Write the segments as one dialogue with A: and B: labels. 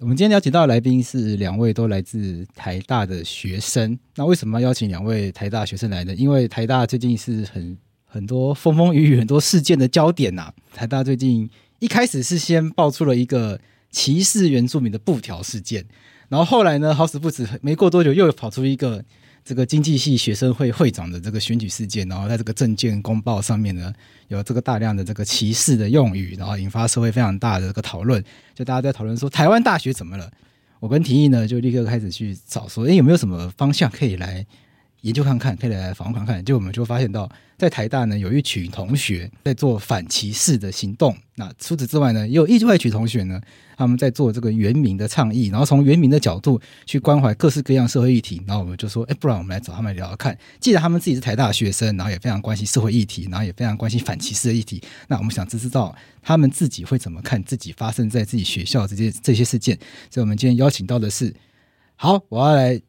A: 我们今天邀请到的来宾是两位都来自台大的学生。那为什么要邀请两位台大学生来呢？因为台大最近是很很多风风雨雨、很多事件的焦点呐、啊台大最近一开始是先爆出了一个歧视原住民的布条事件，然后后来呢，好死不死，没过多久又跑出一个这个经济系学生会会长的这个选举事件，然后在这个证件公报上面呢，有这个大量的这个歧视的用语，然后引发社会非常大的这个讨论。就大家在讨论说台湾大学怎么了。我跟提议呢，就立刻开始去找说，诶，有没有什么方向可以来研究看看，可以来访问看看。就我们就发现到，在台大呢有一群同学在做反歧视的行动。那除此之外呢，也有另外一群同学呢，他们在做这个原民的倡议，然后从原民的角度去关怀各式各样社会议题。然后我们就说，诶，哎不然我们来找他们聊聊看。既然他们自己是台大学生，然后也非常关心社会议题，然后也非常关心反歧视的议题，那我们想知知道他们自己会怎么看自己发生在自己学校这些这些事件。所以，我们今天邀请到的是，好，我要来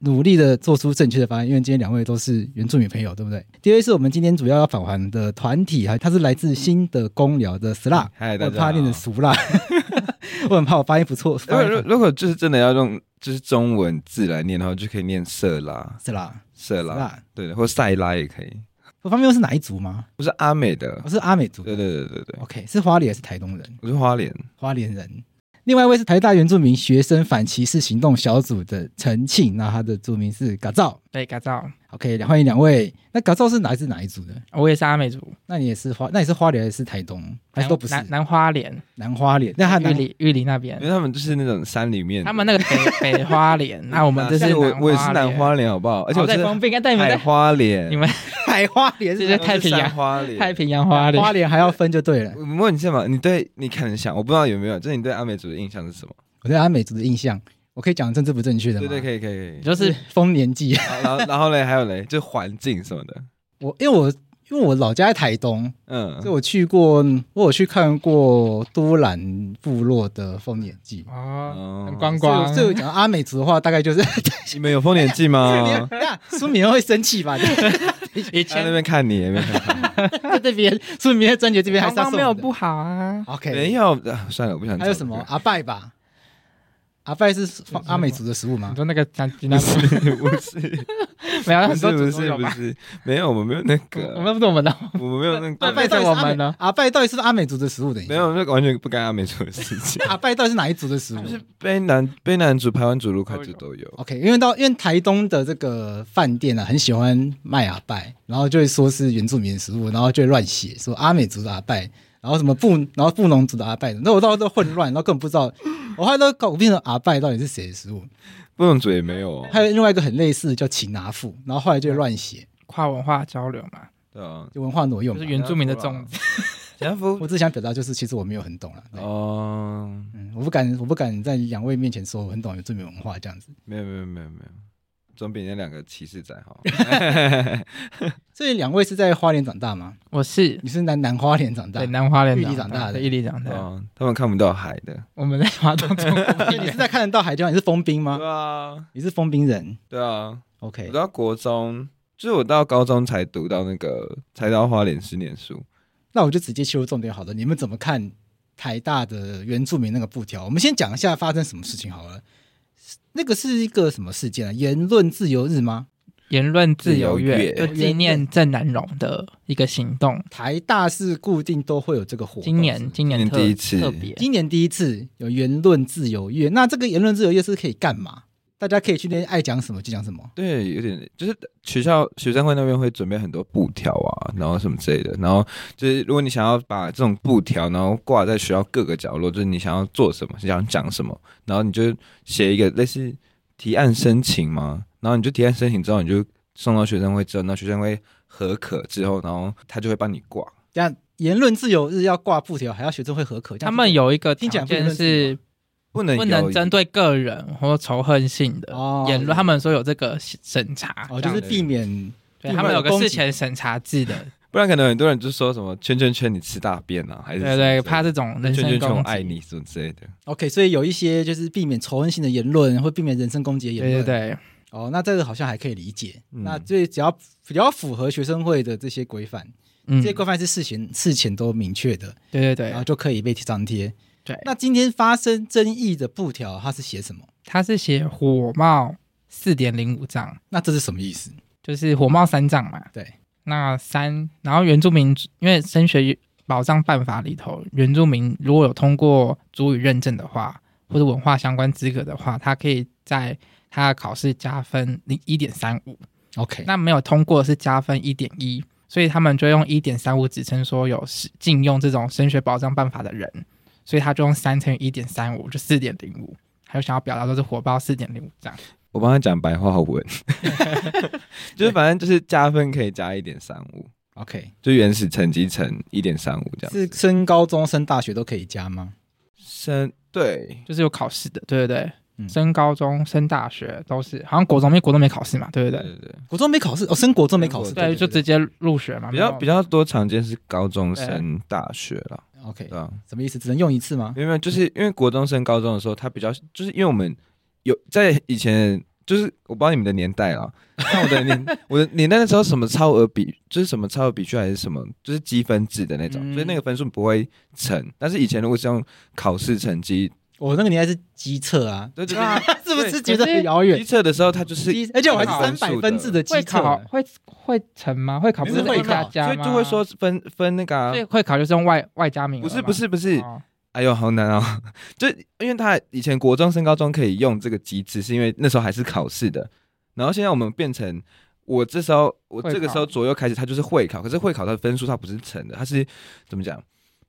A: 努力的做出正确的方案，因为今天两位都是原住民朋友，对不对？第二是我们今天主要要访谈的团体啊，它是来自新的公寮的 SLA，
B: 嗨
A: 我
B: 大
A: 很
B: 家好
A: 怕念的俗啦， 我很怕我发音不 错，
B: 如
A: 发
B: 果
A: 音
B: 如如果就是真的要用就是中文字来念的话，就可以念色拉
A: 是啦，
B: 色
A: 色
B: 拉
A: 拉，
B: 对，或塞拉也可以。
A: 我方面又是哪一族吗？
B: 我是阿美的
C: 哦
A: 我，是阿美族
B: 对对对呃对对，
A: ，OK，是花莲还是台东人？
B: 我是花莲。
A: 花莲人。另外一位是台大原住民学生反歧视行动小组的陈庆，那他的族名是嘎造。
C: 对，改造。
A: OK，欢迎两位。那嘎造是哪是哪一组的？
C: 我也是阿美族，
A: 那你也是花，那你是花莲还是台东？还是都不是？
C: 南
A: 南
C: 南花莲、
A: 花莲？那他
C: 玉
A: 南
C: 里、玉里那
B: 因为
C: 边，
B: 他们就是那种山里面，
C: 他们那个北北花莲，那我们这是
B: 像我我也是
C: 南
B: 南花莲，好不好？而
C: 而
B: 且我
C: 在
B: 是
C: 方便，但你们
B: 海
C: 在
B: 花莲，
C: 你们
A: 海花莲
C: 这
A: 是
C: 是
A: 南
B: 我
C: 太
B: 是
C: 平
B: 山
C: 洋
B: 花莲，
C: 太平洋花莲
A: 花。莲还要分就对了。
B: 我问你一下嘛，你对你可能想，我不知道有没有，就是你对阿美族的印象是什么？
A: 我对阿美族的印象，我可以讲政治不正
C: 啊
A: 确的吗？
B: 对对，可以可以可以。
C: 就是
A: 丰年祭。
B: 然后然后嘞，还有嘞，就环境什么的，
A: 我因为我因为我老家在台东，所以
B: 嗯，
A: 我去过，我有去看过都兰部落的丰年祭。
C: 哦，很
B: 哦
C: 观
A: 所
C: 光
A: 以，所以我讲到阿美族的话，大概就是
B: 你们有丰年祭 吗？
A: 那 苏明会生气吧？
C: 以
B: 在那
C: 前
B: 边看你，那边看你。
A: 在这边，苏明在专辑这边还
C: 观
A: 是要
C: 光
A: 送
C: 没有
A: 我的
C: 不好啊，
B: 没
A: OK。
B: 有，啊算了，我不想。
A: 还有什么？阿拜吧？阿拜是阿美族的食物
C: 很
A: 吗？
C: 多那个南南
B: 不是，
C: 没有
B: 不
C: 很多
B: 是，不
C: 族都
B: 是，
C: 有
B: 不
C: 吧？
B: 是，没有，我没有那
C: 我
B: 个，
C: 们不我们的，
B: 我们没有那
A: 阿
B: 个，
C: 拜
A: 拜
C: 拜
A: 到底是阿美
C: 我们呢
A: 阿拜到底是不是阿美族的食物？等一下。
B: 没，有，那个完全不干阿美族的事情
A: 阿拜到底是哪一族的食物
B: 就是卑南、卑南族、排湾族、卢凯族都有。
A: ？OK，因为到因为台东的这个饭店啊，很喜欢卖阿拜，然后就会说是原住民的食物，然后就会乱写说阿美族的阿拜，然后什么布，然后布农族的阿拜，那我到时候混乱，然后根本不知道，我后来都搞不清楚阿拜到底是谁的食物。
B: 布农族也没有哦，
A: 还有另外一个很类似的叫擒拿妇，然后后来就乱写，
C: 跨文化交流嘛，
B: 对啊，
A: 就文化挪用
C: 就
A: 吧
C: 是。原住民的粽子，
B: 田福
A: 我只想表达就是，其实我没有很懂了。对
B: 哦，
A: 嗯，我不敢，我不敢在两位面前说我很懂原住民文化这样子。
B: 没有，没有，没有，没有，总比那两个歧视仔好。
A: 所以两位是在花莲长大吗？
C: 我是
A: 你是南南花莲长大
C: 对，南花莲
A: 玉里长大的
C: 对玉里长大的，
B: 哦，他们看不到海的。
C: 我们在华东中国
A: 所以 你是在看得到海椒，你是丰兵吗？
B: 对啊，
A: 你是丰兵人
B: 对啊，
A: ？OK，
B: 我到国中，就是我到高中才读到那个，才到花莲十年书。
A: 那我就直接切入重点好了。你们怎么看台大的原住民那个布条？我们先讲一下发生什么事情好了。那个是一个什么事件啊？言论自由日吗？
C: 言论自由月，
B: 自由
C: 就
A: 月
C: 纪念郑南榕的一个行动。
A: 台大是固定都会有这个活动，
C: 今
A: 是
C: 年
A: 吗
C: 今年特
B: 今年第一次
C: 特别，
A: 今年第一次有言论自由月，那这个言论自由月是可以干嘛？大家可以去那边爱讲什么就讲什么。
B: 对，有点就是学校学生会那边会准备很多布条啊，然后什么之类的，然后就是如果你想要把这种布条，然后挂在学校各个角落，就是你想要做什么，想讲什么，然后你就写一个类似提案申请嘛，然后你就提案申请之后，你就送到学生会之后，那学生会合可之后，然后他就会帮你挂。
A: 这样言论自由日要挂布条，还要学生会合可，这
C: 他
A: 样
C: 们有一个
A: 听起来
C: 条
A: 不能
C: 件是
B: 不能
C: 不能
B: 有
C: 针对个人或仇恨性的
A: 哦
C: 言论，他们说有这个审查，
A: 哦，
C: 这
A: 就
C: 样
A: 是
C: 子
A: 避免避
C: 对
A: 免
C: 他们有个
A: 攻击
C: 事前审查制的，
B: 不然可能很多人就说什么圈圈圈你吃大便啊，还是
C: 对对，怕这种人
B: 圈圈
C: 身
B: 圈我
C: 攻
B: 爱
C: 击。
B: 你什么之类的。
A: OK，所以有一些就是避免仇恨性的言论，或避免人身攻击的言
C: 对对
A: 论。对。
C: 对，
A: 哦，那这个好像还可以理解。
B: 嗯
A: 那最只要只要符合学生会的这些规范，
C: 嗯，
A: 这哦些规范是事前事前都明确的，
C: 对对
A: 然后
C: 对
A: 就可以被张贴。
C: 对，
A: 那今天发生争议的布条，它是写什么？
C: 他是写火冒四点零五丈，
A: 那这是什么意思？
C: 就是火冒三丈嘛。
A: 对，
C: 那三，然后原住民因为升学保障办法里头，原住民如果有通过主语认证的话，或者文化相关资格的话，他可以在他的考试加分零一点三五。
A: OK，
C: 那没有通过是加分一点一，所以他们就用一点三五指称说有使禁用这种升学保障办法的人，所以他就用三乘以一点三五就四点零五，还有想要表达说是火爆四点零五这样。
B: 我帮他讲白话 文，就是反正就是加分可以加一点三五，
A: OK，
B: 就原始成绩乘一点三五这样
A: 是
B: 子。
A: 升高中、升大学都可以加吗？
B: 升对，
C: 就是有考试的，对对对，
A: 嗯
C: 升高中、升大学都是，好像国中没国中没考试嘛，对不对
B: 对？对对，
A: 国中没考试哦，升国中没考试，
B: 嗯对
C: 就直接入学嘛，
B: 比较
C: 没有
B: 比较多常见是高中生、大学了，
A: OK，
B: 对吧、啊？
A: 什么意思？只能用一次吗？
B: 没有没有，就是因为国中升高中的时候，他比较就是因为我们有在以前。就是我不知道你们的年代 啦，像我的年我的年代那时候什么超额比，就是什么超额比序还是什么，就是积分制的那种，
A: 嗯
B: 所以那个分数不会乘。但是以前如果是用考试成绩，
A: 我那个年代是机测啊，
B: 对对对
A: 啊，是不是觉得
C: 可是
A: 很遥
B: 机
A: 远？
B: 测的时候，它就是
A: 机，而且我还是
C: 考
A: 三
B: 分
A: 百
B: 数
A: 分制的机
C: 会考
A: 测，
C: 会会成吗？会考
A: 没
C: 不
A: 有
C: 是
A: 会
C: 外加
A: 考
C: 加
B: 所
C: 吗
B: 以就欸会说，是分分那个、啊
C: 所以，会考就是用外外加名额
B: 不
C: 嘛，
B: 是不是不是，
C: 哦
B: 哎呦好难哦！ 就因为他以前国中升高中可以用这个机制，是因为那时候还是考试的，然后现在我们变成。我这时候，我
C: 会
B: 这个
C: 考
B: 时候左右开始，它就是会考。可是会考它的分数它不是乘的，它是怎么讲？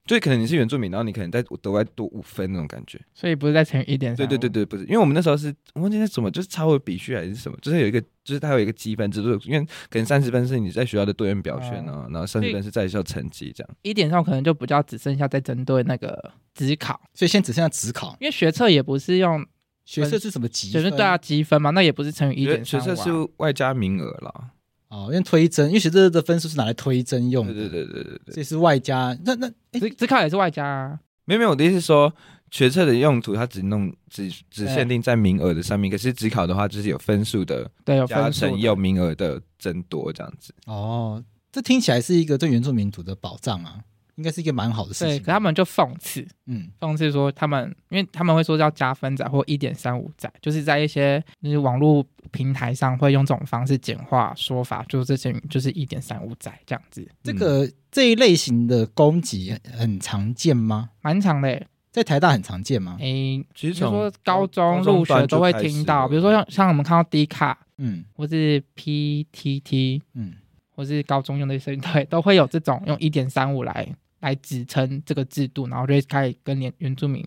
B: 就是可能你是原住民，然后你可能再多再多五分那种感觉。
C: 所以不是再乘以一点
B: 对
C: 三，
B: 对对，对，不是，因为我们那时候是，我忘记是什么，就是超额比序还是什么，就是有一个，就是它有一个积分制度，因为可能三十分是你在学校的多元表现
C: 哦
B: 啊，然后三十分是在校成绩这样。
C: 一点上可能就比较只剩下在针对那个职考，
A: 所以现在只剩下只考。
C: 因为学测也不是用
A: 学测是什么级？
C: 学测对啊，积分嘛，那也不是乘以一
B: 学
C: 点
B: 学
C: 三啊
B: 测是外加名额啦。
A: 哦，因为推甄，因为学测的分数是拿来推甄用的，
B: 对对对对对对，
A: 所以是外加。那那哎，
C: 职职考也是外加啊，
B: 没有没有，我的意思是说，学测的用途它只弄只只
A: 对
B: 限定在名额的上面，可是只考的话就是有分数的
C: 对，有
B: 加
C: 分数
B: 成，
C: 的
B: 也有名额的增多这样子。
A: 哦，这听起来是一个对原住民族的保障啊，应该是一个蛮好的事
C: 对，
A: 情。
C: 可他们就讽刺，
A: 嗯，
C: 讽刺说他们，因为他们会说叫加分仔或一点三五仔，就是在一些就是网络平台上会用这种方式简化说法，就是这些就是一点三五仔这样子，
A: 这个、这一类型的攻击很很常见吗？
C: 蛮长的欸。
A: 在台大很常见吗？
C: 诶，
B: 其
C: 比
B: 实
C: 如说
B: 从
C: 高中
B: 高中
C: 入学
B: 段就
C: 都会
B: 开始
C: 听到，
B: 了
C: 比如说像像我们看到 D 卡
A: 嗯
C: 或是 PTT
A: 嗯，
C: 或是高中用的一些，对，都会有这种用一点三五来来指称这个制度，然后就会开始跟原原住民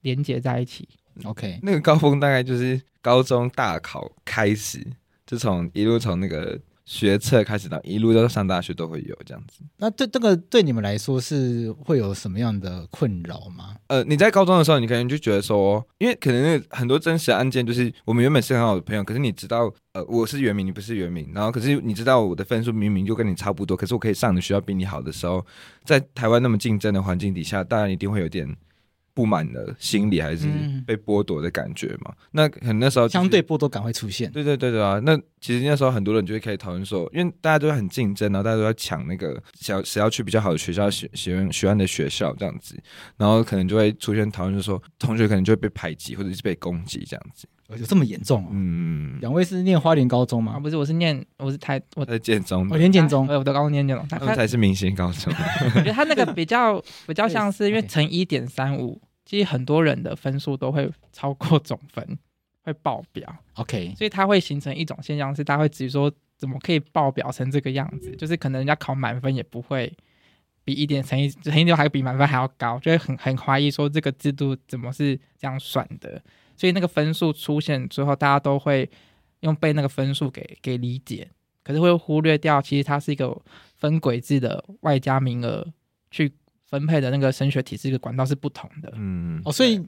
C: 连接在一起。
A: ，OK，
B: 那个高峰大概就是高中大考开始，就从一路从那个学测开始到一路到上大学都会有这样子。
A: 那对这个对你们来说是会有什么样的困扰吗？
B: 呃，你在高中的时候，你可能就觉得说，因为可能那个很多真实的案件就是我们原本是很好的朋友，可是你知道，呃，我是原名，你不是原名，然后可是你知道我的分数明明就跟你差不多，可是我可以上的学校比你好的时候，在台湾那么竞争的环境底下，当然一定会有点不满的心理，还是
A: 嗯
B: 被剥夺的感觉嘛。那可能那时候就是
A: 相对剥夺感会出现。
B: 对对对对啊！那其实那时候很多人就会开始讨论说，因为大家都很竞争，然后大家都在抢那个想要谁要去比较好的学校、学学院、学院的学校这样子，然后可能就会出现讨论，就说同学可能就会被排挤或者是被攻击这样子。
A: 有这么严重哦？
B: 嗯，
A: 两位是念花莲高中
C: 啊，
A: 吗？
C: 不是，嗯我是念我是台我
B: 在建中
A: 哦，
B: 的，
A: 连建中
C: 哎对，我都高中念建中，他
B: 他们
C: 他
B: 才是明星高中。
C: 我觉得他那个比较比较像是因为
A: OK
C: 乘一点三五，其实很多人的分数都会超过总分，会爆表，
A: OK，
C: 所以它会形成一种现象是，大家会质疑说怎么可以爆表成这个样子？就是可能人家考满分也不会比一点乘以乘以六还比满分还要高，就会很很怀疑说这个制度怎么是这样算的？所以那个分数出现之后，大家都会用被那个分数给给理解，可是会忽略掉其实它是一个分轨制的外加名额去分配的那个升学体制的管道是不同的。
B: 嗯，
A: 哦，所以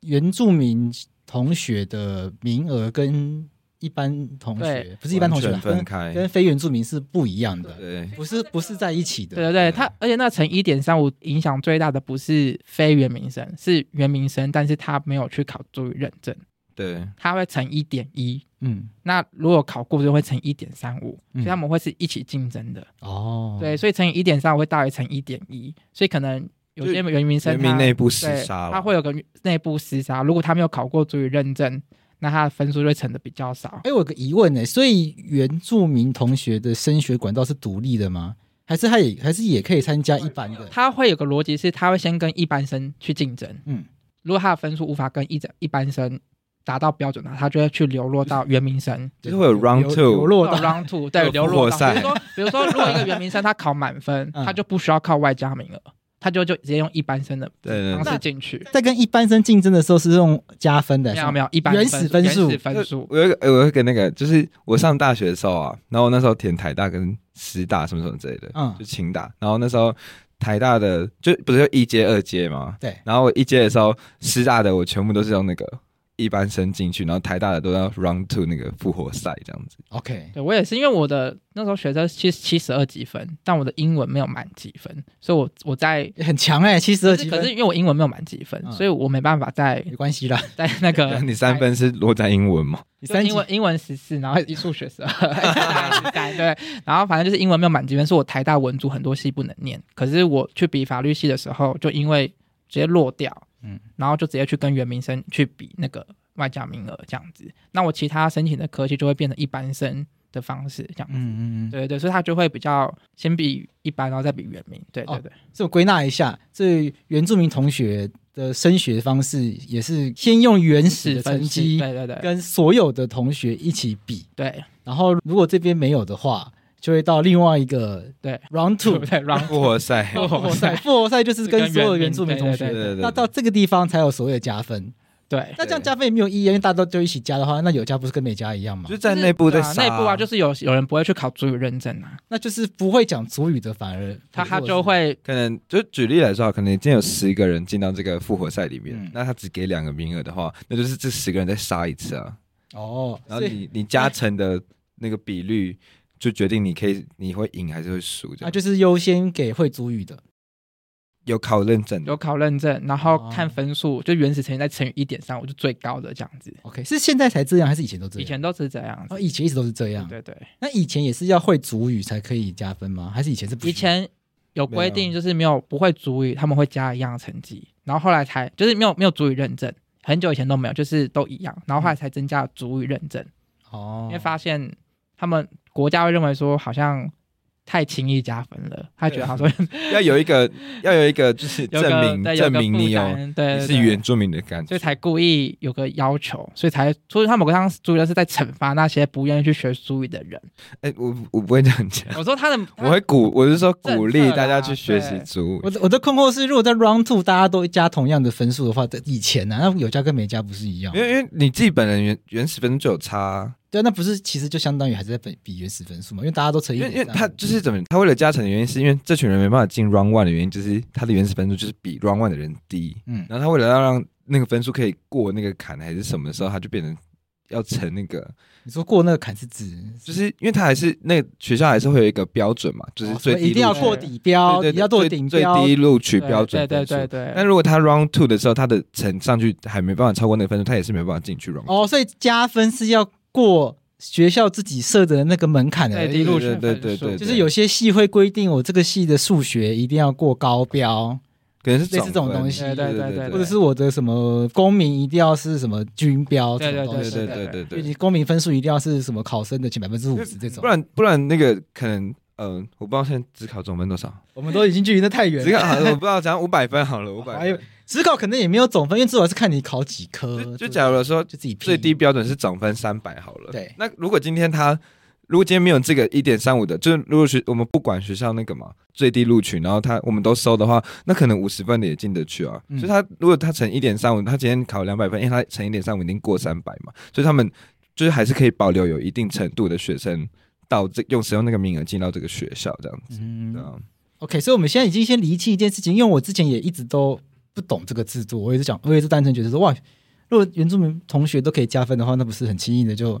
A: 原住民同学的名额跟一般同学
C: 对
A: 不是一般同学啦
B: 完全分
A: 跟
B: 开，嗯
A: 跟非原住民是不一样的，
B: 对，
A: 不是不是在一起的。
C: 对对对，它而且那乘一点三五影响最大的不是非原民生，是原民生，但是他没有去考主语认证，
B: 对，
C: 他会乘一点一。
A: 嗯，
C: 那如果考过就会乘一点三五，
A: 嗯
C: 所以他们会是一起竞争的。
A: 哦，
C: 对，所以乘以一点三五会大于乘一点一，所以可能有些
B: 就
C: 原民生
B: 人民
C: 他啊
B: 内部厮
C: 对，
B: 杀
C: 他
B: 了，
C: 会有个内部厮杀。如果他没有考过主语认证，那他的分数就会乘的比较少。
A: 哎，我有个疑问呢，所以原住民同学的升学管道是独立的吗？还是他也还是也可以参加一般的？
C: 他会有个逻辑是，他会先跟一般生去竞争，
A: 嗯，
C: 如果他的分数无法跟一整一般生达到标准的话，他就会去流落到原民生。
B: 就是会有 round
A: 流
B: two
A: 流落
C: 到
A: 到
C: round two，对，
B: 有
C: 流
B: 复
C: 落
B: 活
C: 到。
B: 赛
C: 比如说，比如说，如果一个原名生他考满分，
A: 嗯
C: 他就不需要靠外加名额，他就就直接用一般生的
B: 对对
C: 方
B: 对
C: 式进去。
A: 在跟一般生竞争的时候是用加分的，
C: 没
A: 是
C: 有
A: 吗
C: 没有，一般
A: 原始
C: 分
A: 分数呃
C: 原始分数。
B: 我有一个，我有一个那个，就是我上大学的时候啊，然后我那时候填台大跟师大什么什么之类的，
A: 嗯
B: 就清大，然后那时候台大的就不是有一阶二阶嘛，
A: 对
B: 然后我一阶的时候，师大的我全部都是用那个一般生进去，然后台大的都要 round two 那个复活赛这样子，
A: ，OK，
C: 对我也是，因为我的那时候学车七七十二积分，但我的英文没有满积分，所以我我在
A: 很强哎，七十二
C: 可
A: 积
C: 是
A: 分
C: 可是因为我英文没有满积分，
A: 嗯
C: 所以我没办法在
A: 没关系啦，
C: 在那
B: 然
C: 个
B: 后你三分是落在英文嘛？
A: 你
C: 就
A: 三级
C: 英文英文十四，然后一数学十二，对，然后反正就是英文没有满积分，是我台大文组很多系不能念，可是我去比法律系的时候，就因为直接落掉，
A: 嗯
C: 嗯，然后就直接去跟原民生去比那个外加名额这样子，那我其他申请的科系就会变成一般生的方式这样子，
A: 嗯嗯嗯，
C: 对对，所以他就会比较先比一般，然后再比原民，对
A: 哦
C: 对对，
A: 所以我归纳一下，这原住民同学的升学方式也是先用原始的成
C: 分析，
A: 绩
C: 对对对，
A: 跟所有的同学一起比，
C: 对
A: 然后如果这边没有的话，就会到另外一个
C: 对
A: round
C: 对
A: two
C: 不对？然后
B: 复活赛，
C: 复活赛
A: 复活赛就是跟所有原住民同
C: 哦
B: 对
C: 对
A: 学，
B: 对对，
A: 那到这个地方才有所谓的加分。
C: 对。
A: 那这样加分也没有意义，因为大家都就一起加的话，那有加不是跟没加一样吗
B: 就是？在内部在
C: 对啊内部啊，就是是有有人不会去考主语认证啊，
A: 那就是不会讲族语的，反而
C: 他他就会
B: 可能就举例来说啊，可能今天有十个人进到这个复活赛里面，
A: 嗯
B: 那他只给两个名额的话，那就是这十个人再杀一次啊。
A: 哦，
B: 然
A: 所
B: 后
A: 以
B: 你你加成的那个比率，就决定你可以你会赢还是会输这
A: 那
B: 样。
A: 就是优先给会族语的。
B: 有考认证的
C: 有，考认证，然后
A: 哦
C: 看分数，就原始成绩再乘以一点三，我就最高的这样子。
A: OK，是现在才这样，还是以前都这
C: 以
A: 样？
C: 前都是这样子
A: 哦，，以前一直都是这样。
C: 对对，
A: 那以前也是要会族语才可以加分吗？还是以前是不需
C: 以
A: 要？
C: 前有规定
B: 没
C: 就是没有不会主语，他们会加一样的成绩，然后后来才就是没有没有主语认证，很久以前都没有，就是都一样，然后后来才增加主语认证，
A: 哦，
C: 因为发现他们国家会认为说好像太轻易加分了，他觉得好像
B: 要有一 个要有一个就是
C: 有
B: 证
C: 个
B: 明
C: 对有
B: 证
C: 个
B: 明你
C: 负
B: 有
C: 担，对，
B: 你
C: 对
B: 是
C: 对
B: 原住民的感觉
C: 所以，才故意有个要求，所以才，所以他某个上主要是在惩罚那些不愿意去学苏语的人。
B: 哎，我我不会这样 讲，
C: 我说他的，
B: 我会鼓，我是说鼓
C: 啊政
B: 励
C: 策啦
B: 大家去学习
C: 对
B: 主
A: 我的我的困惑是，如果在 Round Two 大家都加同样的分数的话，在以前呢、那有加跟没加不是一样吗
B: 因？为因为你自己本人原原始分就有差啊，
A: 对啊，那不是其实就相当于还是在比比原始分数嘛，因为大家都乘以
B: 因为因为
A: 1.35
B: 他就是怎么，他为了加成的原因，是因为这群人没办法进 round one 的原因，就是他的原始分数就是比 round one 的人低，
A: 嗯
B: 然后他为了要让那个分数可以过那个坎还是什么的时候，他就变成要乘那个，
A: 你说过那个坎是指
B: 就是因为他还是那个学校还是会有一个标准嘛，就是
A: 哦
B: 最
A: 什
B: 低
A: 么一定要
B: 录取
A: 过底标，
B: 对对
A: 你要
B: 对
A: 做
B: 最
A: 顶
B: 最
A: 标，
B: 低录取
C: 对
B: 标准
C: 对
B: 分
C: 对对
B: 数。
C: 对。
B: 但如果他 round two 的时候，他的乘上去还没办法超过那个分数，他也是没办法进去 round。
A: 哦，所以加分是要过学校自己设的那个门槛
C: 最
A: 的。
C: 低录取
B: 对对
C: 分数
B: 对对
A: 就
B: 对
A: 是有些系会规定，我这个系的数学一定要过高标，
B: 可能是
A: 类似这种
B: 分
A: 东西
C: 对对对对
B: 对
A: 或者是我的什么公民一定要是什么均标
C: 对
A: 这种
C: 对
A: 东
B: 对
A: 西，
B: 对
C: 对
B: 对对
C: 对
A: 就
B: 对
A: 你公民分数一定要是什么考生的前百分之五十这种
B: 不。然不然那个可能，嗯、我不知道现在只考总分多少，
A: 我们都已经距离那太远
B: 只
A: 了，
B: 考好像我不知道，讲五百分好了，五百
A: 哎呦
B: 分。
A: 职考可能也没有总分，因为至少是看你考几科。
B: 就就
A: 对
B: 假如说
A: 就自己拼
B: 最低标准是总分三百好了。
A: 对
B: 那如果今天他如果今天没有这个一点三五的，就是如果学我们不管学校那个嘛最低录取，然后他我们都收的话，那可能五十分的也进得去啊。
A: 嗯
B: 所以他如果他乘一点三五，他今天考两百分，因为他乘一点三五已经过三百嘛，所以他们就是还是可以保留有一定程度的学生到这用使用那个名额进到这个学校这样子。
A: 嗯
B: 对啊，
A: OK，所以我们现在已经先厘清一件事情，因为我之前也一直都不懂这个制度，我也是讲，我也是单纯觉得说，哇，如果原住民同学都可以加分的话，那不是很轻易的就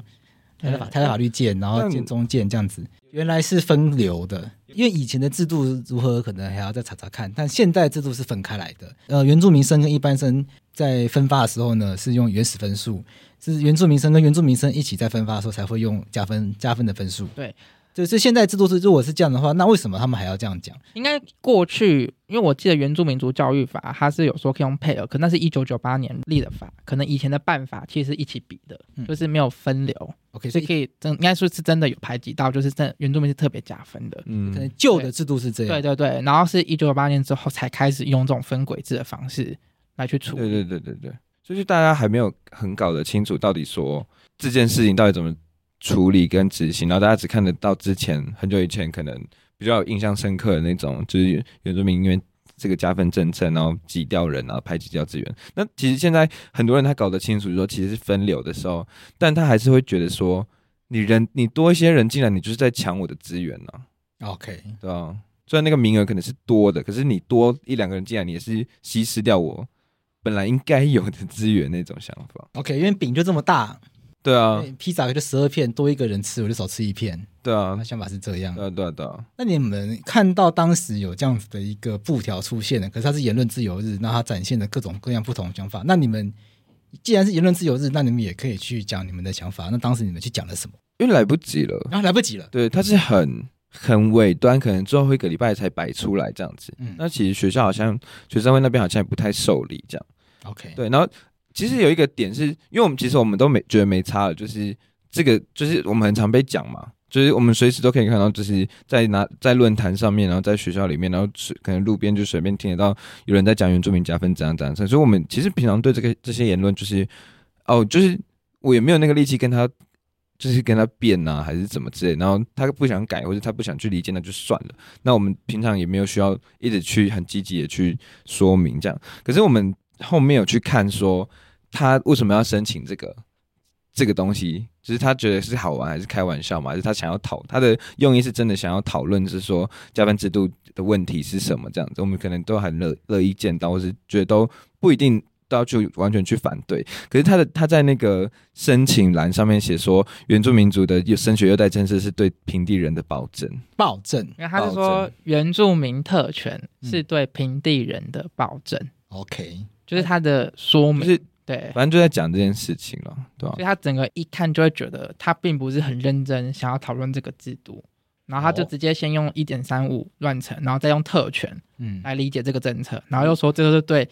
A: 台大法台大法律见，然后
B: 但
A: 见中见这样子。原来是分流的，因为以前的制度如何，可能还要再查查看，但现代制度是分开来的。呃，原住民生跟一般生在分发的时候呢，是用原始分数，是原住民生跟原住民生一起在分发的时候才会用加分加分的分数。
C: 对，
A: 就是现在制度是如果是这样的话，那为什么他们还要这样讲？
C: 应该过去，因为我记得《原住民族教育法》它是有说可以用配额，可那是一九九八年立的法，可能以前的办法其实是一起比的，
A: 嗯
C: 就是没有分流，
B: 嗯
A: OK，所
C: 所以
A: 以
C: 可以真应该说是真的有排挤到，就是真的原住民是特别加分的。
B: 嗯
A: 可能旧的制度是这样。
C: 对对对，然后是一九九八年之后才开始用这种分轨制的方式来去处
B: 对
C: 理。
B: 对对对对，就是大家还没有很搞得清楚到底说这件事情到底怎么处理跟执行，然后大家只看得到之前很久以前可能比较有印象深刻的那种，就是原住民因为。这个加分政策，然后挤掉人，然后排挤掉资源。那其实现在很多人他搞得清楚，说其实是分流的时候，但他还是会觉得说，你人你多一些人进来，你就是在抢我的资源哦呢、
A: ，OK，
B: 对啊，虽然那个名额可能是多的，可是你多一两个人进来，你也是稀释掉我本来应该有的资源那种想法。
A: OK，因为饼就这么大，
B: 对
C: 嗯
B: 啊，
A: 披萨就十二片，多一个人吃我就少吃一片，
B: 对啊
A: 那，想法是这样。
C: 嗯
B: 对啊，对啊，对啊，
A: 那你们看到当时有这样子的一个布条出现的，可是它是言论自由日，那它展现了各种各样不同的想法。那你们既然是言论自由日，那你们也可以去讲你们的想法。那当时你们去讲了什么？
B: 因为来不及了。
A: 然、后来不及了。
B: 对，它是很很尾端，可能最后一个礼拜才摆出来这样子。
A: 嗯
B: 那其实学校好像学生会那边好像也不太受理这样。
A: ，OK，
B: 对，然后其实有一个点是，因为我们其实我们都没觉得没差了，就是这个就是我们很常被讲嘛，就是我们随时都可以看到，就是在哪在论坛上面，然后在学校里面，然后随可能路边就随便听得到有人在讲原住民加分怎样怎样，所以我们其实平常对这个这些言论就是哦，就是我也没有那个力气跟他。就是跟他辩呐、还是怎么之类，然后他不想改，或者他不想去理解，那就算了。那我们平常也没有需要一直去很积极的去说明这样。可是我们后面有去看说他为什么要申请这个这个东西，就是他觉得是好玩还是开玩笑嘛，还是他想要讨他的用意是真的想要讨论，是说加班制度的问题是什么这样子，我们可能都很乐乐意见到，或是觉得都不一定。都要去完全去反对，可是他的他在那个申请栏上面写说，原住民族的升学优待政策是对平地人的保证。
A: 暴政。
C: 因为他是
B: 保
C: 说
B: 证嗯
C: 原住民特权是对平地人的保证，
A: OK，
C: 就是他的说明。
B: 哎就是哦
C: 对，
B: 反正就在讲这件事情了，对吧、
C: 所以他整个一看就会觉得他并不是很认真想要讨论这个制度，然后他就
A: 哦
C: 直接先用一点三五乱乘，然后再用特权
A: 嗯，
C: 来理解这个政策，然后又说这就是对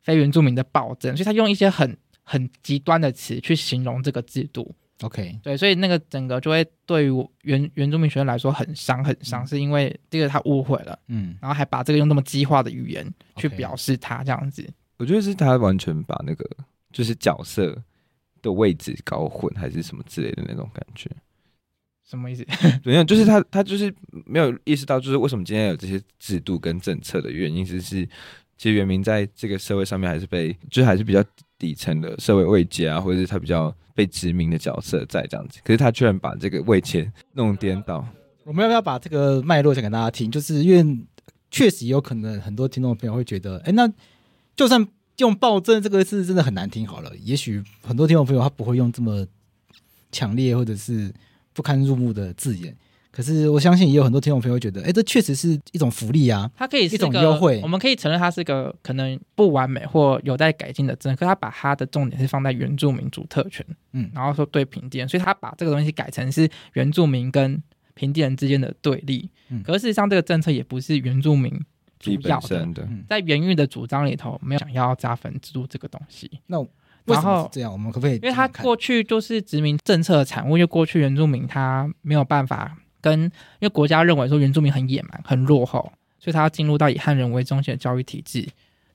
C: 非原住民的暴政，所以他用一些很很极端的词去形容这个制度。
A: OK，
C: 对，所以那个整个就会对于我原原住民学生来说很伤很
B: 嗯
C: 伤，是因为这个他误会了，
A: 嗯，
C: 然后还把这个用那么激化的语言去
A: OK
C: 表示他这样子。
B: 我觉得是他完全把那个就是角色的位置搞混，还是什么之类的那种感觉。
C: 什么意思？
B: 怎样？就是他他就是没有意识到，就是为什么今天有这些制度跟政策的原因，就是其实原民在这个社会上面还是被，就是还是比较底层的社会位阶啊，或者是他比较被殖民的角色在这样子。可是他居然把这个位阶弄颠倒。
A: 我们要不要把这个脉络讲给大家听？就是因为确实有可能很多听众朋友会觉得，哎，那就算用“暴政”这个字真的很难听好了，也许很多听众朋友他不会用这么强烈或者是不堪入目的字眼。可是我相信也有很多听众朋友会觉得，哎，这确实是一种福利啊。
C: 它可以是
A: 一种
C: 个
A: 优惠
C: 我们可以承认它是个可能不完美或有待改进的政策，可它把它的重点是放在原住民族特权，
A: 嗯
C: 然后说对平地人，所以它把这个东西改成是原住民跟平地人之间的对立。
A: 嗯
C: 可是事实上，这个政策也不是原住民
B: 自
C: 主
B: 己
C: 要
B: 本
C: 的
B: 身，的，
A: 嗯
C: 在原域的主张里头没有想要加分制度这个东西。
A: 为什
C: 然
A: 么
C: 后
A: 是这样？我们可不可以
C: 因为
A: 他
C: 它过去就是殖民政策的产物，因为过去原住民他没有办法跟，因为国家认为说原住民很野蛮、很落后，所以他要进入到以汉人为中心的教育体制，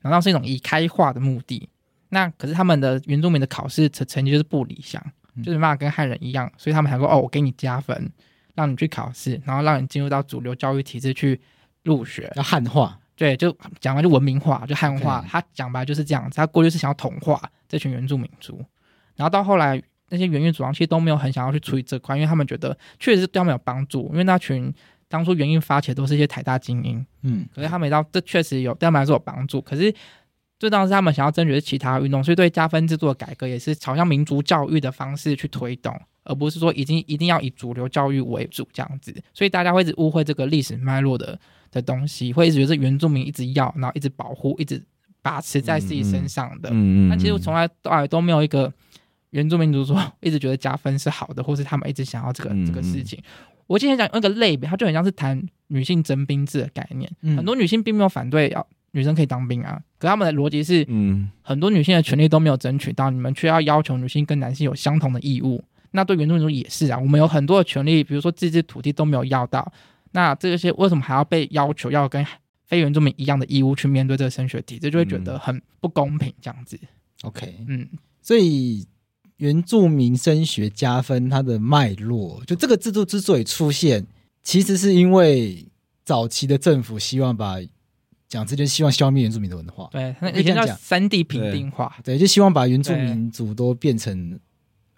C: 然后是一种以开化的目的。那可是他们的原住民的考试成成绩就是不理想，就是没办法跟汉人一样，所以他们才说哦，我给你加分，让你去考试，然后让你进入到主流教育体制去入学。
A: 要汉化，
C: 对，就讲完就文明化，就汉化
A: OK。
C: 他讲白就是这样子，他过去是想要同化这群原住民族，然后到后来那些原印主张其实都没有很想要去处理这块，因为他们觉得确实是对他们有帮助，因为那群当初原印发起的都是一些台大精英，
A: 嗯，
C: 可是他们也知道这确实有对他们来说有帮助，可是最当然是他们想要争取的是其他运动，所以对加分制度的改革也是朝向民族教育的方式去推动，而不是说已经一定要以主流教育为主这样子，所以大家会一直误会这个历史脉络的的东西，会一直觉得是原住民一直要，然后一直保护，一直把持在自己身上的。
B: 嗯
C: 但其实我从
B: 来
C: 来到来都没有一个原住民族说 一直觉得加分是好的，或是他们一直想要这个、
B: 嗯
C: 这个事情。我今天讲那个类别，它就很像是谈女性征兵制的概念。
A: 嗯
C: 很多女性并没有反对要女生可以当兵啊，可他们的逻辑是
B: 嗯
C: 很多女性的权利都没有争取到，你们却要要求女性跟男性有相同的义务。那对原住民族也是啊，我们有很多的权利，比如说自治土地都没有要到，那这些为什么还要被要求要跟非原住民一样的义务去面对这个升学体制，就会觉
B: 嗯
C: 得很不公平这样子。
A: OK，
C: 嗯，
A: 所以原住民升学加分它的脉络，就这个制度之所以出现，其实是因为早期的政府希望把讲这就是希望消灭原住民的文化，
C: 对，他
A: 可以
C: 以
A: 这
C: 前
A: 样
C: 叫
A: 讲
C: 三地平定化，
A: 对，就希望把原住
C: 对
A: 民族都变成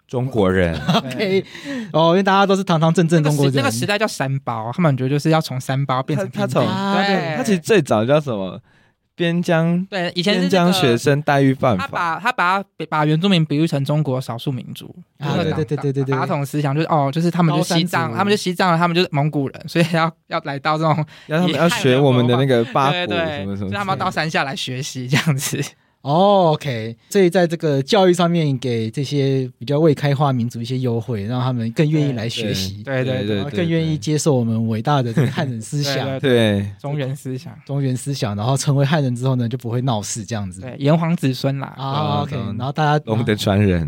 B: 中国人，
C: 对
A: OK 哦，因为大家都是堂堂正正
C: 那个
A: 中国
C: 时
A: 人，
C: 那个时代叫三包，他们觉得就是要从三包变成
B: 他他
C: 平
B: 从
C: 定
A: 啊
C: 对，
B: 他其实最早叫什么边疆
C: 对以前是
B: 边
C: 那
B: 疆
C: 个
B: 学生待遇办
C: 他
B: 法，
C: 把他把把原住民比喻成中国少数民族，
A: 啊
C: 就是
B: 对
C: 党
A: 对对对对对
C: 打统思想就是哦，就是他们就
A: 高山
C: 西藏，
A: 族
C: 他们就西藏人，他们就是蒙古人，所以要要来到这种
B: 然后他们
C: 以
B: 要
C: 汉
B: 学
C: 人
B: 我
C: 文
B: 们的
C: 化
B: 那个八
C: 对
B: 股
C: 对
B: 什，么什么
C: 所以
B: 之类的，
C: 他们要到山下来学习这样子。
A: 哦，OK，所以在这个教育上面给这些比较未开化民族一些优惠，让他们更愿意来学习，
C: 对对
B: 对
A: 然后
B: 对
A: 更愿意接受我们伟大的这个汉人思
C: 对
A: 想、
B: 对
C: 中原思想，
A: 中原思想，然后成为汉人之后呢，就不会闹事这样子。
C: 对炎黄子孙啦，
A: 啊，OK，
B: 懂懂
A: 然后大家，啊
B: 龙嗯的传人，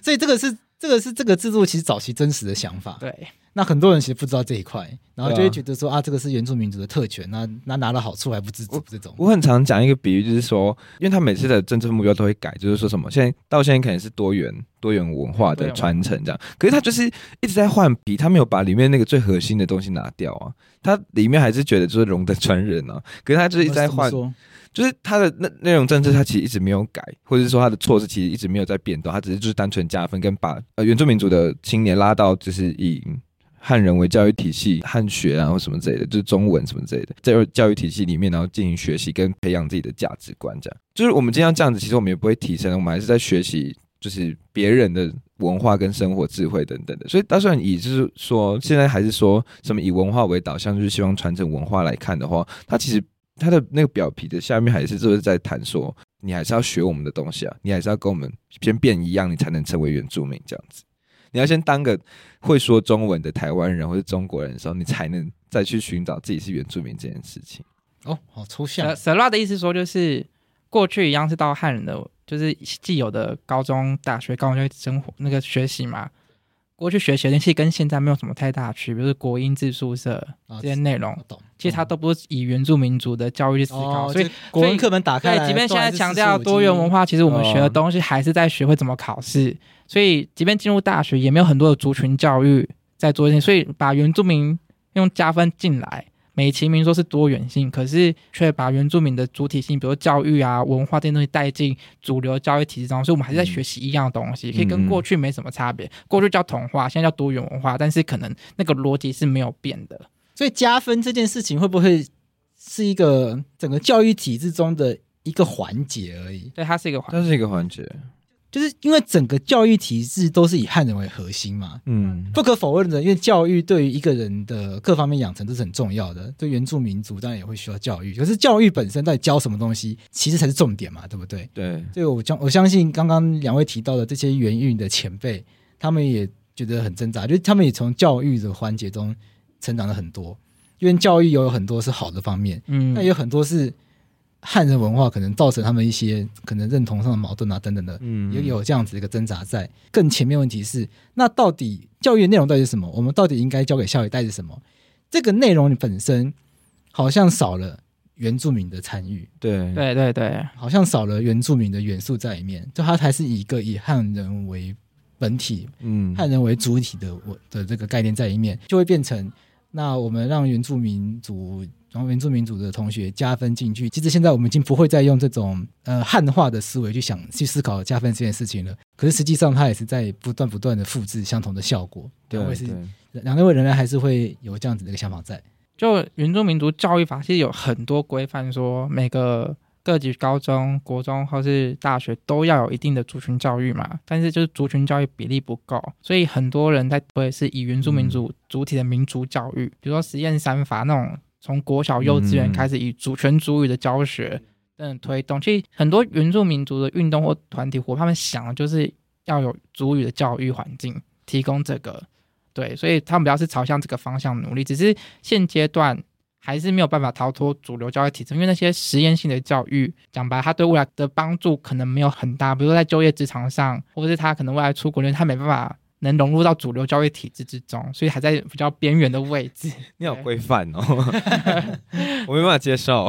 A: 所以这个是这个是这个制度其实早期真实的想法。
C: 对
A: 那很多人其实不知道这一块，然后就
B: 对
A: 会
B: 啊
A: 觉得说啊，这个是原住民族的特权，那那拿了好处还不知足这种。
B: 我很常讲一个比喻，就是说，因为他每次的政策目标都会改，就是说什么现在到现在可能是多元多元文化的传承这样，
C: 嗯
B: 可是他就是一直在换皮，他没有把里面那个最核心的东西拿掉啊，他里面还是觉得就是龙的传人啊，可是他就是一直在换
A: 怎，么说
B: 就是他的那那种政策，他其实一直没有改，或者是说他的措施其实一直没有在变动，他只是就是单纯加分跟把呃原住民族的青年拉到就是以嗯汉人为教育体系、汉学啊或什么之类的，就是中文什么之类的，在教育体系里面，然后进行学习跟培养自己的价值观，这样就是我们今天要这样子，其实我们也不会提升，我们还是在学习就是别人的文化跟生活智慧等等的。所以，当然以就是说，现在还是说什么以文化为导向，就是希望传承文化来看的话，它其实它的那个表皮的下面还是就是在谈说，你还是要学我们的东西啊，你还是要跟我们先变一样，你才能成为原住民这样子。你要先当个会说中文的台湾人或者中国人的时候，你才能再去寻找自己是原住民这件事情。
A: 哦，好抽
C: 舍
A: 象，
C: 舍拉的意思说就是过去一样是到汉人的，就是既有的高中、大学、高中就生活那个学习嘛。过去学习的东西跟现在没有什么太大的区别，就是国音字宿舍
A: 啊
C: 这些内容，
A: 懂。
C: 其实它都不是以原住民族的教育去思考，
A: 哦
C: 所以
A: 就国文课本打开
C: 对，
A: 啊来，
C: 即便
A: 都
C: 现
A: 还
C: 在
A: 是
C: 强
A: 45
C: 调多元文化，其实我们学的
B: 哦
C: 东西还是在学会怎么考试。所以，即便进入大学，也没有很多的族群教育在做这些。所以，把原住民用加分进来，美其名说是多元性，可是却把原住民的主体性，比如教育啊、文化这些东西带进主流教育体制中。所以，我们还是在学习一样的东
A: 嗯
C: 西，可以跟过去没什么差别。过去叫同化，现在叫多元文化，但是可能那个逻辑是没有变的。
A: 所以加分这件事情会不会是一个整个教育体制中的一个环节而已？
C: 对，它是一个环。
B: 这是一个环节，
A: 就是因为整个教育体制都是以汉人为核心嘛。
B: 嗯，
A: 不可否认的，因为教育对于一个人的各方面养成都是很重要的。对原住民族当然也会需要教育，可是教育本身到底教什么东西，其实才是重点嘛，对不对？
B: 对，
A: 所以我相我相信刚刚两位提到的这些原运的前辈，他们也觉得很挣扎，就是他们也从教育的环节中成长了很多，因为教育有很多是好的方面，
C: 嗯
A: 那也有很多是汉人文化可能造成他们一些可能认同上的矛盾啊等等的，
B: 嗯
A: 也有这样子一个挣扎在。更前面问题是，那到底教育的内容到底是什么？我们到底应该教给下一代是什么？这个内容本身好像少了原住民的参与，
B: 对
C: 对对对，
A: 好像少了原住民的元素在里面，就它还是一个以汉人为本体、
B: 嗯，
A: 汉人为主体的我的这个概念在里面，就会变成那我们让原住民族。然后原住民族的同学加分进去，其实现在我们已经不会再用这种呃汉化的思维去想去思考加分这件事情了。可是实际上，它也是在不断不断的复制相同的效果。两位
B: 对
A: 是
B: 对
A: 两位仍然还是会有这样子的一个想法在。
C: 就原住民族教育法其实有很多规范，说每个各级高中、国中或是大学都要有一定的族群教育嘛。但是就是族群教育比例不够，所以很多人在推是以原住民族主体的民族教育，比如说实验三法那种，从国小幼稚园开始以主权主语的教学等等推动。其实很多原住民族的运动或团体活，他们想的就是要有主语的教育环境，提供这个。对，所以他们比较是朝向这个方向努力，只是现阶段还是没有办法逃脱主流教育体制，因为那些实验性的教育，讲白，它对未来的帮助可能没有很大，比如说在就业职场上，或是他可能未来出国留学，他没办法能融入到主流教育体制之中，所以还在比较边缘的位置。
B: 你好规范哦， 我没办法接受。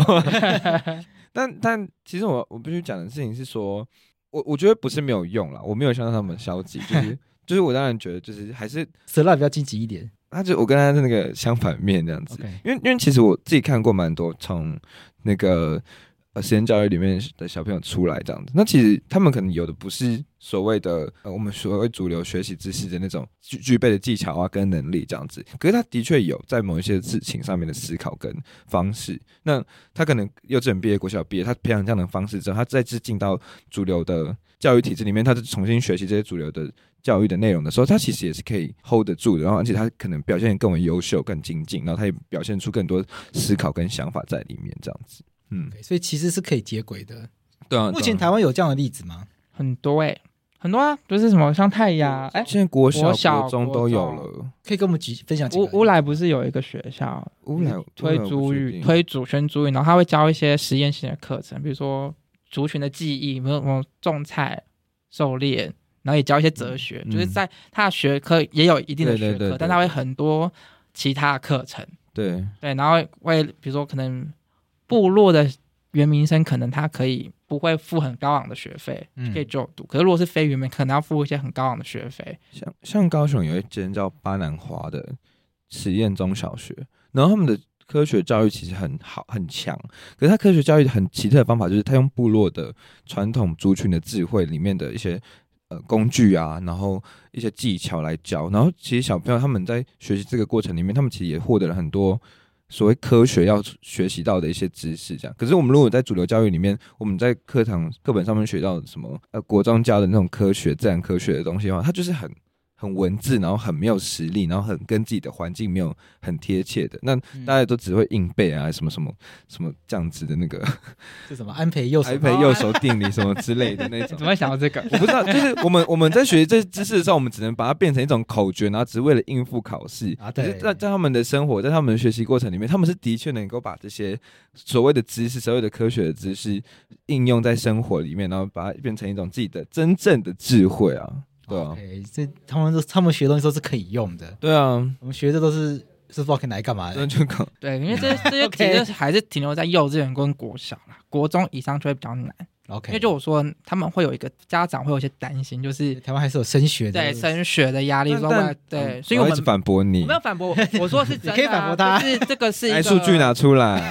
B: 但但其实我我必须讲的事情是说，我我觉得不是没有用啦，我没有像他们消极，就是就是我当然觉得就是还是
A: 蛇蜡比较积极一点。
B: 他就我跟他的那个相反面这样子，
A: OK，
B: 因为因为其实我自己看过蛮多从那个呃实验教育里面的小朋友出来这样子，那其实他们可能有的不是所谓的呃我们所谓主流学习知识的那种具具备的技巧啊跟能力这样子，可是他的确有在某一些事情上面的思考跟方式。那他可能幼稚园毕业、国小毕业，他培养这样的方式之后，他再次进到主流的教育体制里面，他是重新学习这些主流的教育的内容的时候，他其实也是可以 hold 得住的，然后而且他可能表现得更为优秀、更精进，然后他也表现出更多思考跟想法在里面，这样子。嗯，
A: 所以其实是可以接轨的。
B: 对啊
A: 目前台湾有这样的例子吗？
C: 很多哎、很多啊，就是什么像太阳，哎、
B: 现在国小、
C: 国小
B: 国中都有了。
A: 可以跟我们举分享几
C: 乌
A: 个？
C: 乌来不是有一个学校
B: 乌来
C: 推主语、推主旋主语，然后他会教一些实验性的课程，比如说族群的记忆，没有什么种菜、狩猎，然后也教一些哲学，
B: 嗯
C: 就是在他的学科也有一定的
B: 对对
C: 学科，
B: 对对
C: 但他会很多其他的课程，
B: 对，
C: 对，然后为比如说可能部落的原民生，可能他可以不会付很高昂的学费，
A: 嗯
C: 可以就读，可是如果是非原民，可能要付一些很高昂的学费，
B: 像像高雄有一间叫巴南华的实验中小学，然后他们的科学教育其实很好很强，可是他科学教育很奇特的方法就是他用部落的传统族群的智慧里面的一些呃工具啊，然后一些技巧来教，然后其实小朋友他们在学习这个过程里面，他们其实也获得了很多。所谓科学要学习到的一些知识，这样。可是我们如果在主流教育里面，我们在课堂课本上面学到什么呃国中教的那种科学、自然科学的东西的话，它就是很很文字，然后很没有实力，然后很跟自己的环境没有很贴切的。那
A: 嗯
B: 大家都只会硬背啊，什么什么什么这样子的那个
A: 是什么？安培右手
B: 还配右手定理什么之类 的那种
C: 怎。么会想到这个？
B: 我不知道，就是我们我们在学习这些知识的时候，我们只能把它变成一种口诀，然后只是为了应付考试
A: 啊
B: 可
A: 对
B: 是在在他们的生活，在他们的学习过程里面，他们是的确能够把这些所谓的知识、所谓的科学的知识应用在生活里面，然后把它变成一种自己的真正的智慧啊，对
A: 哦
B: 啊，
A: OK，这他们都他们学的东西都是可以用的，
B: 对啊，
A: 我们学的都是是不知道可以拿来干嘛
B: 那
A: 的。
B: 就搞
C: 对，因为 这这些其
A: OK
C: 实还是停留在幼稚园跟国小啦，国中以上就会比较难。
A: OK，
C: 因为就我说，他们会有一个家长会有一些担心，就是
A: 台湾还是有升学的，
C: 对升学的压力，
B: 但
C: 说未来
B: 但
C: 对，
B: 嗯
C: 所以我
B: 要一
C: 们
B: 直反驳
C: 我
B: 你
C: 没，有反驳，我说的是真的 啊、
A: 你可以反驳他
C: 就是这个是一
B: 来
C: 个
B: 数据，拿出来。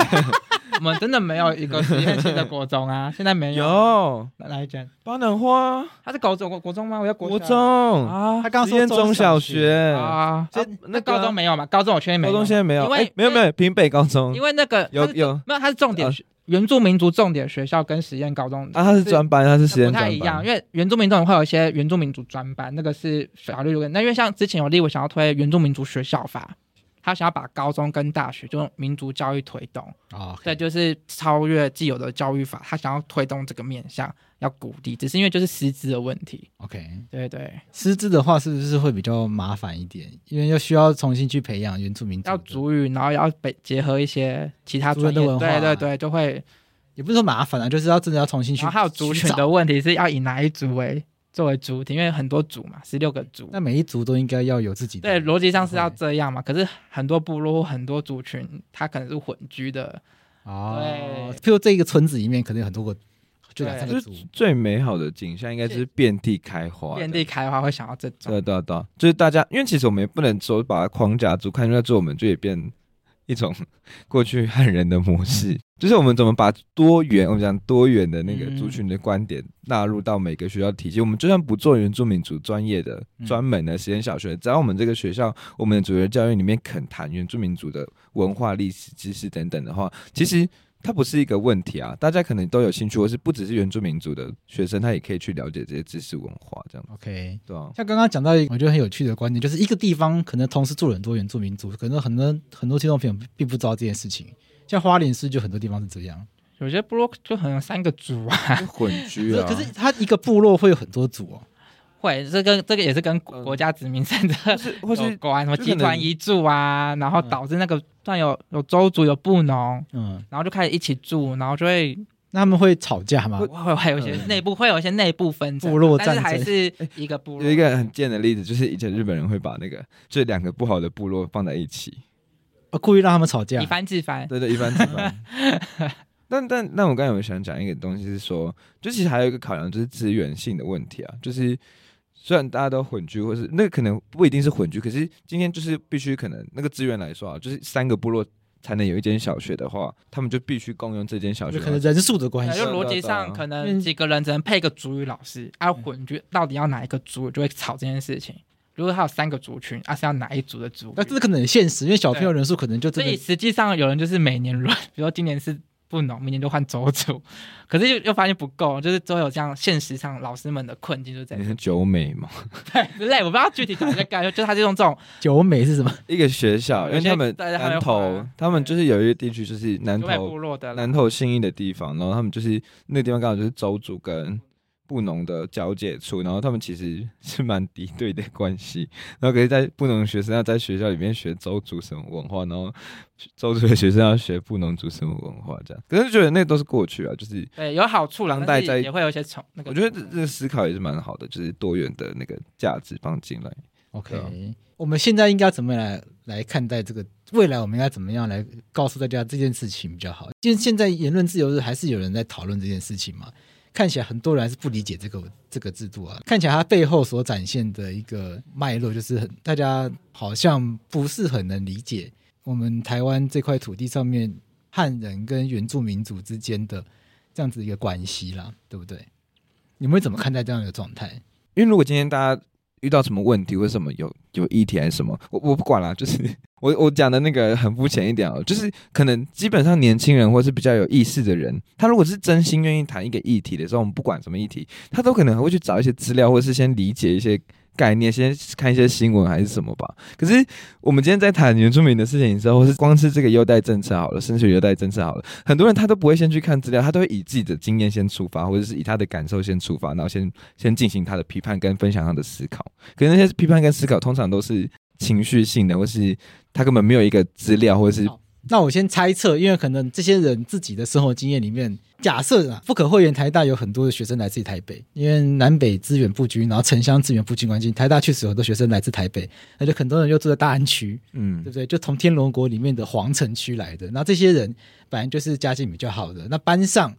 C: 我们真的没有一个实验性的国中啊， 现在没有。
B: 有
C: 哪哪一间？
B: 巴南花
C: 他是高中国国中吗？我要国
B: 国
C: 小
B: 中
C: 啊
A: 他刚刚
B: 实
A: 说
B: 验中小
A: 小
B: 学，
C: 啊，
B: 啊
C: 那
B: 那
C: 高中
B: 没
C: 没有嘛？高中我确定没有，
B: 高中现在没有，
C: 因为
B: 哎没有没有平北高中
C: 因为那个
B: 有
C: 它是
B: 有
C: 没有？它是重点
B: 呃
C: 学原住民族重点学校跟实验高中
B: 啊，他是专班，他是实
C: 不
B: 验
C: 太
B: 专
C: 一样，
B: 班，
C: 因为原住民这种会有一些原住民族专班，那个是法律的问题。那因为像之前有立委想要推原住民族学校法，他想要把高中跟大学就用民族教育推动，
A: 啊，
C: 对，就是超越既有的教育法，他想要推动这个面向，要鼓励，只是因为就是师资的问题，
A: OK，
C: 对对，
A: 师资的话是不是会比较麻烦一点？因为要需要重新去培养原住民族的
C: 要主语，然后要被结合一些其他
A: 族人
C: 专业，
A: 的文化
C: 对对对，就会，
A: 也不是说麻烦啊，就是要真的要重 新去。
C: 然后还有族群
A: 去
C: 的
A: 找，
C: 问题是要以哪一族为作为主体，因为很多族嘛，十六个族，
A: 那每一族都应该要有自己的。
C: 对，
B: 嗯
C: 逻辑上是要这样嘛。可是很多部落或很多族群，它可能是混居的，
A: 哦
C: 对，
A: 譬如这一个村子里面可能有很多个，就两三
C: 这
A: 个
B: 就是
A: 族，
B: 最美好的景象应该就是遍地开花的，
C: 遍地开花会想要这种，
B: 对啊对啊对啊，就是大家，因为其实我们也不能说把它框架住，看出来之后我们就也变一种 过去汉人的模式，就是我们怎么把多元，我们讲多元的那个
C: 嗯
B: 族群的观点纳入到每个学校体系。我们就算不做原住民族专业的、
A: 嗯
B: 专门的实验小学，只要我们这个学校我们的主流教育里面肯谈原住民族的文化、历史、知识等等的话，其实。它不是一个问题啊，大家可能都有兴趣，或是不只是原住民族的学生，他也可以去了解这些知识文化，这样
A: OK，
B: 对啊。
A: 像刚刚讲到一个我觉得很有趣的观点，就是一个地方可能同时住了很多原住民族，可能很多很多听众朋友并不知道这件事情。像花莲市就很多地方是这样，
C: 有些部落就很有三个族啊，
B: 就 混居 啊。
A: 可是它一个部落会有很多族哦。
C: 会这跟这个也是跟国
B: 嗯
C: 国家殖民政策
B: 是或
C: 有
B: 是
C: 关，什么
B: 就可
C: 集团
B: 能
C: 一住啊，然后
A: 嗯
C: 导致那个算有有州族有布农，
A: 嗯，
C: 然后就开始一起住，然后就会
A: 那他们会吵架吗
C: 会？会会有一些
B: 嗯
C: 内部会有一些内部纷争，
A: 部落
C: 但是
A: 战
C: 还
A: 争
C: 是一个部落
B: 哎有一个很贱的例子，就是以前日本人会把那个这两个不好的部落放在一起，
A: 呃故意让他们吵架
C: 以？藩制藩，
B: 对对，一般一般。 但但那我刚才有想讲一个东西是说，就其实还有一个考量就是资源性的问题啊，就是虽然大家都混居，或是那个可能不一定是混居，可是今天就是必须可能那个资源来说啊，就是三个部落才能有一间小学的话，他们就必须共用这间小学
A: 就，可能人数的关
C: 对
A: 系
C: 就
B: 对。
C: 逻辑
B: 对啊嗯
C: 上
B: 对
C: 可
A: 因
C: 能
A: 为
C: 几个人只能配一个主语老师，啊混居到底要哪一个族就会吵这件事情。如果他有三个族群，啊是要哪一族的族语？
A: 那这可能很现实，因为小朋友人数可能就
C: 所
A: 真
C: 以
A: 的
C: 实际上有人就是每年轮， 比如说今年是布农，明年就换州族，可是又又发现不够，就是都有这样现实上老师们的困境就在
B: 你是九美嘛，
C: 对之类，我不知道具体讲在干，就是他是用这种
A: 九美是什么？
B: 一个学校，因
C: 有
B: 为
C: 些
B: 他们
C: 大家还
B: 南
C: 会
B: 投
C: 划，
B: 他们
C: 对
B: 就是有一个地区就是南
C: 九美
B: 投
C: 部落的啦，
B: 南投信义的地方，然后他们就是那个地方刚好就是州主跟布农的交界处，然后他们其实是蛮敌对的关系。然后可是，在布农学生要在学校里面学州族什么文化，然后州族的学生要学布农族什么文化，这样。可是觉得那都是过去啊，就是
C: 对，有好处啦，
B: 当代
C: 但是
B: 在
C: 也会有一些冲那个。
B: 我觉得这这个思考也是蛮好的，就是多元的那个价值放进来。
A: OK，、
B: 对啊
A: 我们现在应该怎么来来看待这个？未来我们应该怎么样来告诉大家这件事情比较好？因为现在言论自由日还是有人在讨论这件事情嘛，看起来很多人还是不理解这个这个制度啊，看起来它背后所展现的一个脉络，就是很大家好像不是很能理解我们台湾这块土地上面汉人跟原住民族之间的这样子一个关系啦，对不对？你们会怎么看待这样的状态？
B: 因为如果今天大家遇到什么问题或者什么有有议题还是什么，我我不管啦，就是 我我讲的那个很肤浅一点哦，就是可能基本上年轻人或是比较有意识的人，他如果是真心愿意谈一个议题的时候，我们不管什么议题，他都可能会去找一些资料，或是先理解一些。概念先看一些新闻还是什么吧。可是我们今天在谈原住民的事情的时候，或是光是这个优待政策好了，升学优待政策好了，很多人他都不会先去看资料，他都会以自己的经验先出发，或者是以他的感受先出发，然后先先进行他的批判跟分享他的思考。可是那些批判跟思考通常都是情绪性的，或是他根本没有一个资料，或者是
C: 哦
A: 好那我先猜测，因为可能这些人自己的生活经验里面，假设啊，不可讳言，台大有很多的学生来自于台北，因为南北资源不均，然后城乡资源不均关系，台大确实有很多学生来自台北，而且很多人又住在大安区，
B: 嗯
A: 对不，对？就从天龙国里面的皇城区来的，那这些人本来就是家境比较好的，那班上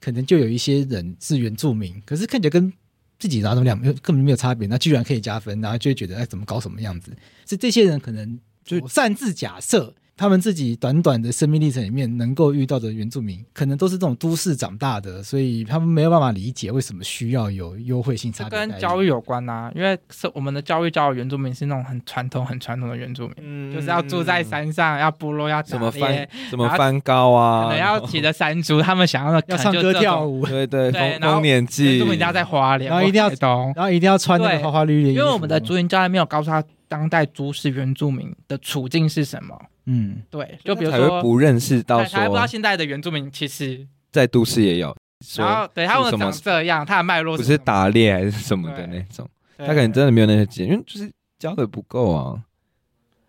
A: 可能就有一些人是原住民，可是看起来跟自己拿什么两没有根本没有差别，那居然可以加分，然后就会觉得哎，怎么搞什么样子？是这些人可能
B: 就
A: 就擅自假设。他们自己短短的生命历程里面能够遇到的原住民，可能都是这种都市长大的，所以他们没有办法理解为什么需要有优惠性
C: 这
A: 差别待遇。
C: 跟教育有关呐、因为是我们的教育教的原住民是那种很传统、很传统的原住民，就是要住
A: 嗯
C: 在山上，要部落，要打
B: 什么
C: 猎
B: 翻，什么翻高啊，
C: 可能要骑着山猪，他们想要的
A: 要唱歌跳，舞，
B: 对对
C: 对
B: 丰
C: 然后
B: 丰年
C: 可能就这种
B: 祭
C: 原住，民家在花莲，
A: 然后一定要
C: 我不太懂，
A: 然后一定要穿那个花花绿绿的衣
C: 因
A: 服。
C: 为我们的族人教练没有告诉他当代都市原住民的处境是什么。
A: 嗯，
C: 对，就比如
B: 才会
C: 说，
B: 不认识到
C: 他他还不知道
B: 说
C: 现在的原住民其实，
B: 在都市也有
C: 然
B: 说
C: 后对他
B: 是
C: 们
B: 什么
C: 长这样，他的脉络
B: 不
C: 是什
B: 是
C: 么，
B: 打猎还是什么的
C: 对
B: 那种，
C: 对
B: 他可能真的没有那些经验，因为就是教的不够啊。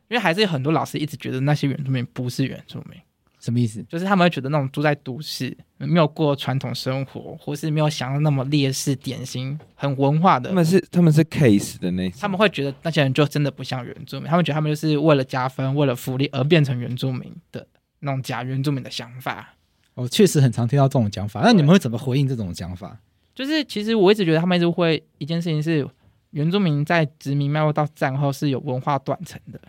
C: 因为还是有很多老师一直觉得那些原住民不是原住民，
A: 什么意思？
C: 就是他们会觉得那种住在都市，没有过传统生活，或是没有想要那么烈士典型、很文化的
B: 他，们是他们是 case 的那种，
C: 他们会觉得那些人就真的不像原住民，他们觉得他们就是为了加分、为了福利而变成原住民的那种假原住民的想法。
A: 哦，确实很常听到这种讲法。那你们会怎么回应这种讲法？
C: 就是其实我一直觉得他们一直会一件事情是，原住民在殖民迈入到战后是有文化断层的，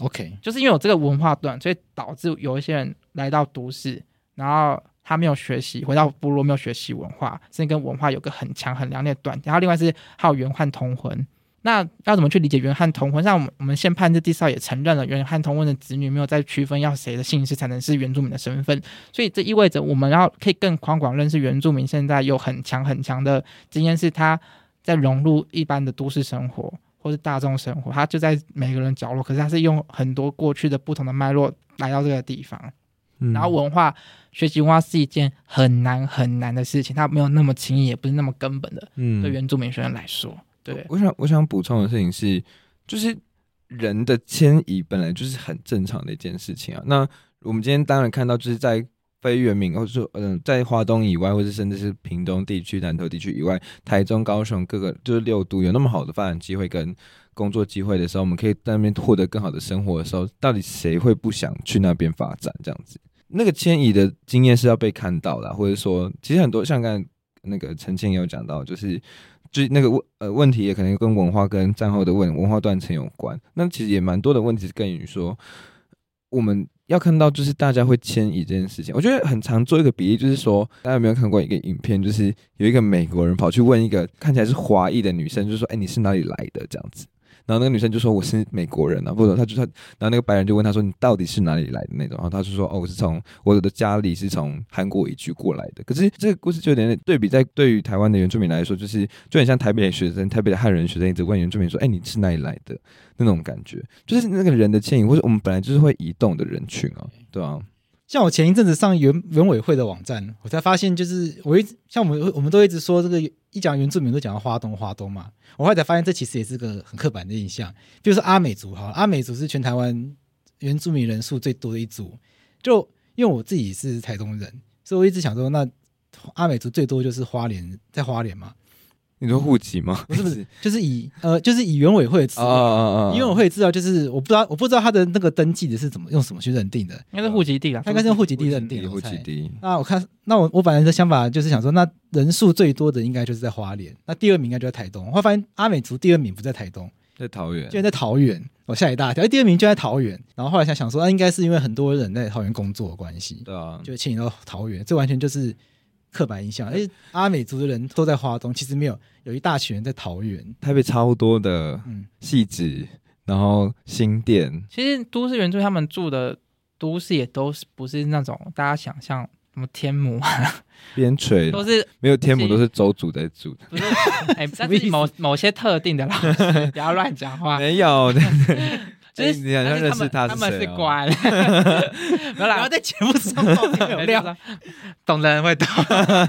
A: OK，
C: 就是因为有这个文化断，所以导致有一些人来到都市，然后他没有学习，回到部落没有学习文化，甚至跟文化有个很强很强烈的断。然后另外是还有原汉同婚，那要怎么去理解原汉同婚？像我们我们宪判这地少也承认了原汉同婚的子女没有再区分要谁的姓氏才能是原住民的身份，所以这意味着我们要可以更宽广认识原住民。现在有很强很强的经验是他在融入一般的都市生活或是大众生活，他就在每个人角落，可是他是用很多过去的不同的脉络来到这个地方。
B: 嗯
C: 然后文化学习文化是一件很难很难的事情，它没有那么轻易，也不是那么根本的，
B: 嗯
C: 对原住民学生来说，对。
B: 我想我想补充的事情是，就是人的迁移本来就是很正常的一件事情啊。那我们今天当然看到，就是在非原民，或者说嗯、在华东以外，或者甚至是屏东地区、南投地区以外，台中、高雄各个就是六都有那么好的发展机会跟工作机会的时候，我们可以在那边获得更好的生活的时候，到底谁会不想去那边发展？这样子，那个迁移的经验是要被看到的啊，或者说，其实很多像刚才那个陈倩也有讲到，就是。就是那个问呃问题也可能跟文化跟战后的文文化断层有关。那其实也蛮多的问题是跟于说，我们要看到就是大家会迁移这件事情。我觉得很常做一个比例，就是说大家有没有看过一个影片，就是有一个美国人跑去问一个看起来是华裔的女生，就说：“哎、你是哪里来的？”这样子。然后那个女生就说：“我是美国人啊。”或者她就她，然后那个白人就问她说：“你到底是哪里来的那种？”然后她就说：“哦，我是从我的家里是从韩国移居过来的。”可是这个故事就有点对比，在对于台湾的原住民来说，就是就很像台北的学生、台北的汉人学生一直问原住民说：“哎，你是哪里来的？”那种感觉，就是那个人的迁移，或者我们本来就是会移动的人群啊，
A: 嗯
B: 对啊，
A: 像我前一阵子上原原委会的网站，我才发现，就是我一直像我们我们都一直说这个一讲原住民都讲到花东花东嘛，我后来才发现这其实也是个很刻板的印象。比如说阿美族哈，阿美族是全台湾原住民人数最多的一族，就因为我自己是台东人，所以我一直想说，那阿美族最多就是花莲，在花莲嘛，
B: 你说户籍吗？不 是不是
A: 就是以呃就是以原委会的资
B: 啊
A: 料，
B: 啊啊！
A: 原委会资料就是我不知道我不知道他的那个登记的是怎么用什么去认定的，
C: 应该是户籍地啊啦，
A: 他应该是用户籍地认定的，
B: 哦户
A: 我猜
B: 籍地，
A: 那我看，那我我本来的想法就是想说，那人数最多的应该就是在花莲，那第二名应该就在台东。我后来发现阿美族第二名不在台东，
B: 在桃园
A: 居，然在桃园，我吓一大跳。哎，第二名就在桃园。然后后来想想说，那应该是因为很多人在桃园工作的关系，
B: 对啊，
A: 就迁移到桃园，这完全就是刻板印象。而且阿美族的人都在花东，其实没有，有一大群人在桃园。
B: 台北超多的
A: 嗯
B: 细致，然后新店，
C: 其实都市原住民他们住的都市也都是不是那种大家想象什么天母啊，
B: 边陲
C: 都是
B: 没有天母
C: 是
B: 都是周族在住的，
C: 不是哎，但是某某些特定的老师不要乱讲话，
B: 没 有，
C: 啊就是
B: 哎你好像
C: 但是
B: 认识
C: 他
B: 他
C: 们，
B: 是
C: 们
B: 谁
C: 是
B: 哦
C: 官， 没有
A: 然
C: 啦
A: 后，在节目 上报没有料，
C: 懂的人会懂。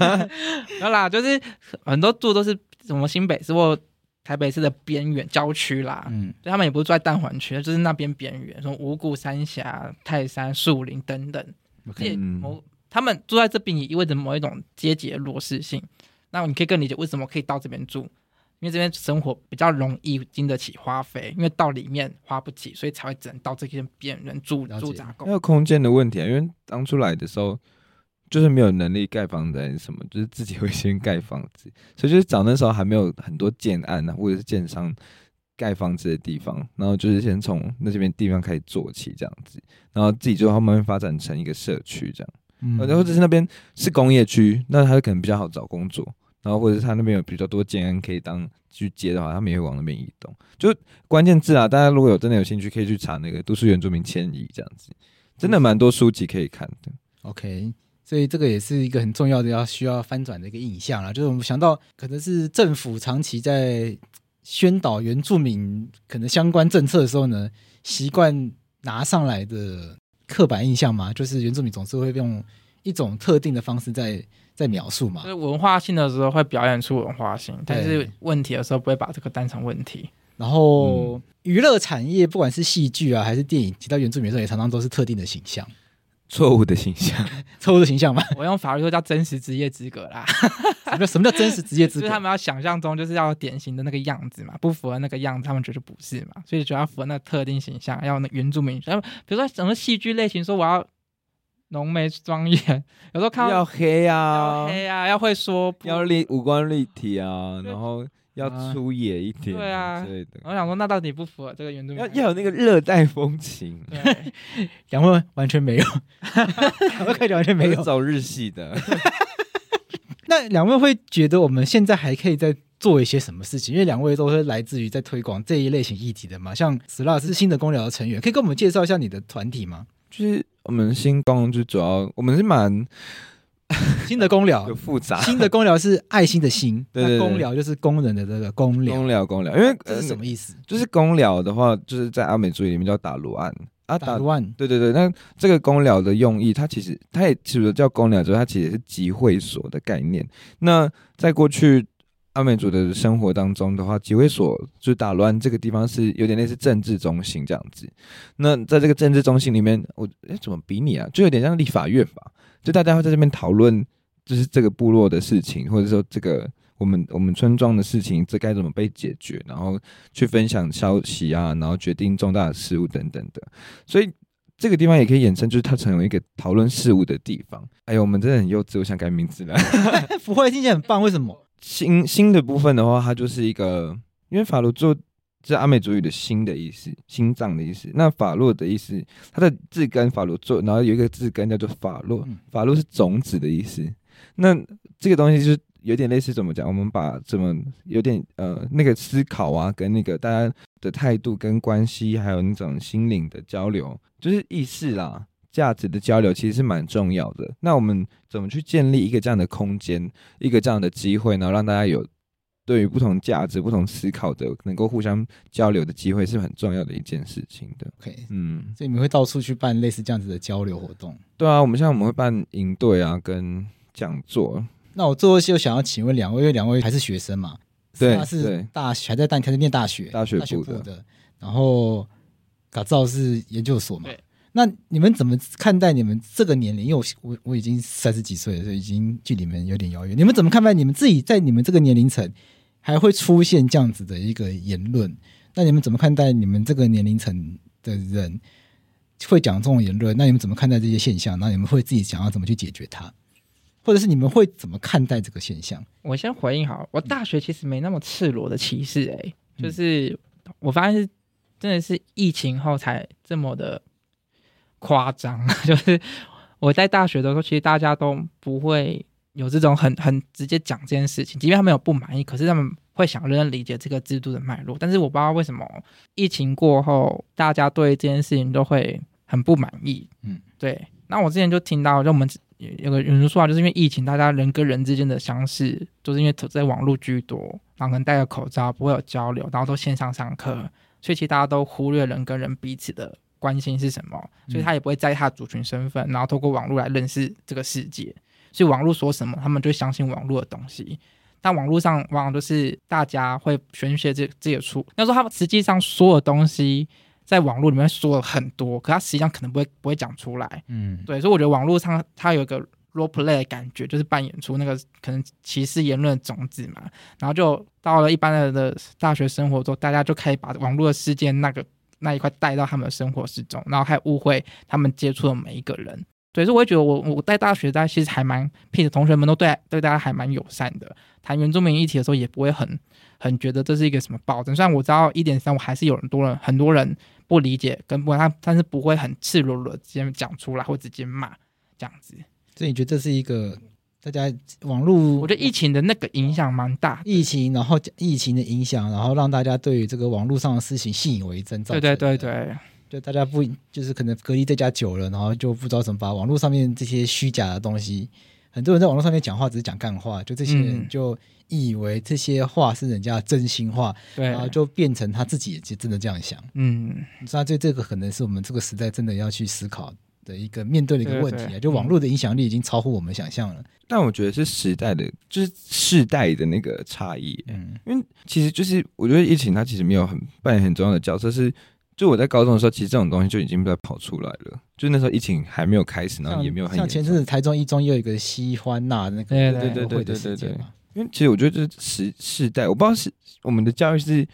C: 没有啦，就是很多住都是什么新北市或台北市的边缘郊区啦，
A: 嗯，
C: 就他们也不是住在蛋黄区，就是那边边缘，什么五股、三峡、泰山、树林等等。这也
B: 嗯
C: 某他们住在这边也意味着某一种阶级的弱势性。那你可以更理解为什么可以到这边住，因为这边生活比较容易经得起花费，因为到里面花不起，所以才会只能到这些边缘住
A: 了解
C: 住宅
B: 还
C: 公。
B: 有空间的问题啊，因为当初来的时候就是没有能力盖房子还是什么，就是自己会先盖房子，所以就是找那时候还没有很多建案啊，或者是建商盖房子的地方，然后就是先从那这边地方开始做起这样子，然后自己就慢慢发展成一个社区这样。
A: 嗯
B: 然后就是那边是工业区，那他可能比较好找工作，然后或者是他那边有比较多建安可以当去接的话，他们也会往那边移动。就关键字啊，大家如果有真的有兴趣，可以去查那个都市原住民迁移这样子，真的蛮多书籍可以看的。
A: OK，所以这个也是一个很重要的要需要翻转的一个印象啦，就是我们想到可能是政府长期在宣导原住民可能相关政策的时候呢，习惯拿上来的刻板印象嘛，就是原住民总是会用一种特定的方式在在描述嘛
C: 就。是文化性的时候会表演出文化性，但是
A: 对
C: 问题的时候不会把这个当成问 题。
A: 然
C: 嗯
A: 后娱乐产业不管是戏剧啊还是电影，提到原住民的时候，也常常都是特定的形象，
B: 错误的形象，
A: 错误的形象嘛。
C: 我用法律说叫真实职业资格啦，
A: 什么叫什么叫真实职业
C: 就
A: 资
C: 是
A: 格？
C: 他们要想象中就是要典型的那个样子嘛，不符合那个样子，他们觉得不是嘛，呃所以就要符合那个特定形象，要那原住民。然后比如说什么戏剧类型，说我要浓眉庄眼，有时候看到
B: 要黑
C: 要
B: 啊，
C: 黑啊，要会说不
B: 要立五官立体啊，然后要
C: 啊
B: 粗野一点，
C: 对啊
B: 之类的，
C: 我想说，那到底不符合这个原住民
B: 要？要有那个热带风情，
C: 对，
A: 两位完全没 有，两位看起来完全没
B: 我是
A: 有。
B: 走日系的，
A: 那两位会觉得我们现在还可以再做一些什么事情？因为两位都是来自于在推广这一类型议题的嘛。像 s l a 是新的公疗的成员，可以跟我们介绍一下你的团体 吗？
B: 就是我们新工就主要我们是蛮
A: 新的公疗
B: 有，复杂，
A: 新的公疗是爱心的 心，
B: 对对对
A: 那公疗就是工人的这个公疗，
B: 公疗公疗，因为
A: 这是什么
B: 呃
A: 意思？
B: 就是公疗的话，就是在阿美族语里面叫打卢案啊，
A: 打
B: 打
A: one
B: 对对对，那这个公疗的用意，它其实它也除了叫公疗之后，它其实也是集会所的概念。那在过去阿美族的生活当中的话，集会所就是打乱这个地方是有点类似政治中心这样子。那在这个政治中心里面，我哎怎么比你啊？就有点像立法院吧，就大家会在这边讨论，就是这个部落的事情，或者说这个。我们我们村庄的事情，这该怎么被解决？然后去分享消息啊，然后决定重大的事务等等的。所以这个地方也可以衍生，就是它成为一个讨论事物的地方。哎呦，我们真的很幼稚，我想改名字了。
A: 不会听起来很棒，为什么？
B: 新新的部分的话，它就是一个，因为法鲁做是阿美族语的心的意思，心脏的意思。那法洛的意思，它的字根法鲁做，然后有一个字根叫做法洛
A: 嗯，
B: 法洛是种子的意思。那这个东西就是有点类似怎么讲？我们把怎么有点呃那个思考啊，跟那个大家的态度跟关系，还有那种心灵的交流，就是意识啦。价值的交流其实是蛮重要的。那我们怎么去建立一个这样的空间，一个这样的机会，然后让大家有对于不同价值、不同思考的能够互相交流的机会，是很重要的一件事情的。
A: OK，
B: 嗯，
A: 所以你们会到处去办类似这样子的交流活动。
B: 对啊，我们像我们会办营队啊，跟讲座，
A: 那我最后就想要请问两位，因为两位还是学生嘛，
B: 对
A: 他是
B: 对
A: 大学还在大还在念大学，
B: 大学部的
A: 部的，然后嘎造是研究所嘛
C: 对。
A: 那你们怎么看待你们这个年龄？因为我我我已经三十几岁了，所以已经距离你们有点遥远。你们怎么看待你们自己在你们这个年龄层还会出现这样子的一个言论？那你们怎么看待你们这个年龄层的人会讲这种言论？那你们怎么看待这些现象？那你们会自己想要怎么去解决它？或者是你们会怎么看待这个现象？
C: 我先回应好了，我大学其实没那么赤裸的歧视、欸，哎，就是我发现是真的是疫情后才这么的夸张，啊 就是我在大学的时候，其实大家都不会有这种很很直接讲这件事情，即便他们有不满意，可是他们会想认真理解这个制度的脉络。但是我不知道为什么疫情过后，大家对这件事情都会很不满意。
A: 嗯，
C: 对。那我之前就听到，就我们有有个有人说啊，就是因为疫情，大家人跟人之间的相识，就是因为在网络居多，然后可能戴个口罩，不会有交流，然后都线上上课，所以其实大家都忽略人跟人彼此的关心是什么，所以他也不会在意他的族群身份，然后透过网络来认识这个世界。所以网络说什么，他们就相信网络的东西。但网络上往往都是大家会玄学这这也出，那时候他们实际上说的东西，在网络里面说了很多，可他实际上可能不会不会讲出来。
A: 嗯，
C: 对，所以我觉得网络上它有一个 role play 的感觉，就是扮演出那个可能歧视言论的种子嘛。然后就到了一般的的大学生活中，大家就可以把网络的事件那个那一块带到他们的生活之中，然后还误会他们接触的每一个人。对，所以我也觉得我我在大学，大家其实还蛮，屁的同学们都对对大家还蛮友善的。谈原住民议题的时候，也不会很很觉得这是一个什么暴政。虽然我知道一点三，我还是有很多人很多人不理解跟不他，但是不会很赤裸裸地直接讲出来或直接骂这样子。
A: 所以你觉得这是一个大家网络，
C: 我觉得疫情的那个影响蛮大的。
A: 疫情，然后疫情的影响，然后让大家对于这个网络上的事情信以为真，造
C: 对
A: 成
C: 对
A: 的
C: 对，对，
A: 就大家不就是可能隔离在家久了，然后就不知道怎么把网络上面这些虚假的东西，很多人在网络上面讲话只是讲干话，就这些人
C: 嗯
A: 就以为这些话是人家的真心话，
C: 对
A: 然后就变成他自己也真的这样想。
C: 嗯，
A: 那这这个可能是我们这个时代真的要去思考的一个面对的一个
C: 对
A: 问题啊，
C: 对
A: 就网络的影响力已经超乎我们想象了。
B: 但我觉得是时代的，就是世代的那个差异。
A: 嗯，
B: 因为其实就是我觉得疫情它其实没有很扮演很重要的角色是。就我在高中的时候，其实这种东西就已经在跑出来了。就那时候疫情还没有开始，然后
A: 像
B: 也没有很
A: 像
B: 严
A: 前
B: 重
A: 阵子台中一中又有一个西欢娜那个
C: 对
A: 国
C: 对
B: 对
A: 会的
B: 对
A: 事
B: 对
A: 件
B: 对
A: 嘛，
B: 因为其实我觉得这是时世代，我不知道是我们的教育是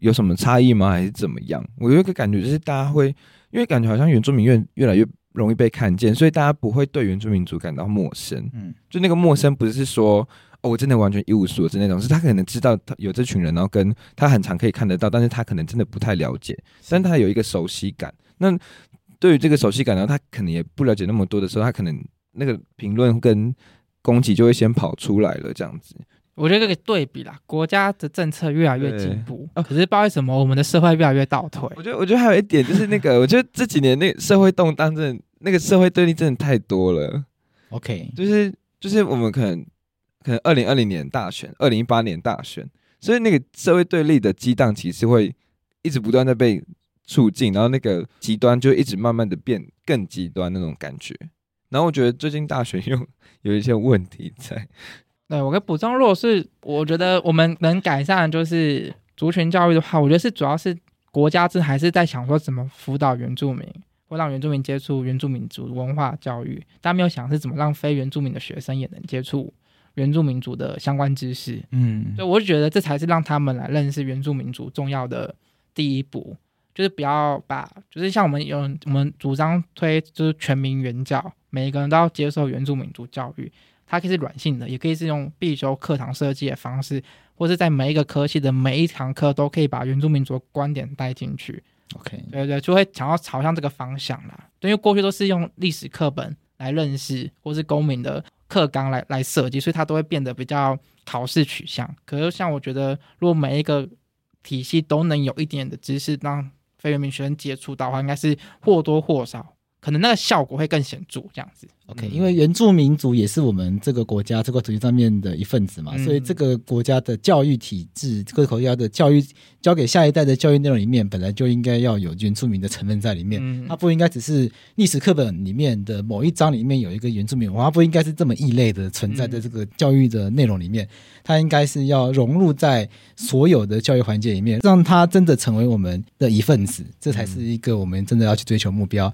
B: 有什么差异吗，还是怎么样？我有一个感觉就是大家会，因为感觉好像原住民越越来越容易被看见，所以大家不会对原住民族感到陌生。
A: 嗯，
B: 就那个陌生，不是说哦，我真的完全一无所知那种，是他可能知道他有这群人，然后跟他很常可以看得到，但是他可能真的不太了解，但他有一个熟悉感。那对于这个熟悉感，然后他可能也不了解那么多的时候，他可能那个评论跟攻击就会先跑出来了，这样子。
C: 我觉得这个对比啦，国家的政策越来越
B: 对
C: 进步，
B: 哦
C: 可是不知道为什么我们的社会越来越倒退。
B: 我觉得，我觉得还有一点就是那个，我觉得这几年那个社会动荡真的，那个社会对立真的太多了。
A: OK，
B: 就是就是我们可能可能二零二零年大选，二零一八年大选，所以那个社会对立的激荡其实会一直不断的被促进，然后那个极端就一直慢慢的变更极端那种感觉。然后我觉得最近大选又 有一些问题在，
C: 对我跟补充，如果是我觉得我们能改善就是族群教育的话，我觉得是主要是国家是还是在想说怎么辅导原住民，或让原住民接触原住民族文化教育，但没有想是怎么让非原住民的学生也能接触原住民族的相关知识。
A: 嗯
C: 所以我就觉得这才是让他们来认识原住民族重要的第一步，就是不要把，就是像我们有我们主张推就是全民原教，每一个人都要接受原住民族教育，它可以是软性的，也可以是用必修课堂设计的方式，或是在每一个科系的每一堂课都可以把原住民族的观点带进去，
A: ，OK，
C: 对对，就会想要朝向这个方向啦。对因为过去都是用历史课本来认识，或是公民的课纲来来设计，所以它都会变得比较考试取向。可是像我觉得，如果每一个体系都能有一点的知识让非原民学生接触到的话，应该是或多或少，可能那个效果会更显著。这样子，
B: 嗯
A: OK，因为原住民族也是我们这个国家这块土地上面的一份子嘛，
C: 嗯
A: 所以这个国家的教育体制，这个国家的教育交给下一代的教育内容里面，本来就应该要有原住民的成分在里面，
C: 嗯
A: 它不应该只是历史课本里面的某一章里面有一个原住民文化，它不应该是这么异类的存在在
C: 嗯
A: 这个教育的内容里面，它应该是要融入在所有的教育环节里面，让它真的成为我们的一份子，这才是一个我们真的要去追求目标。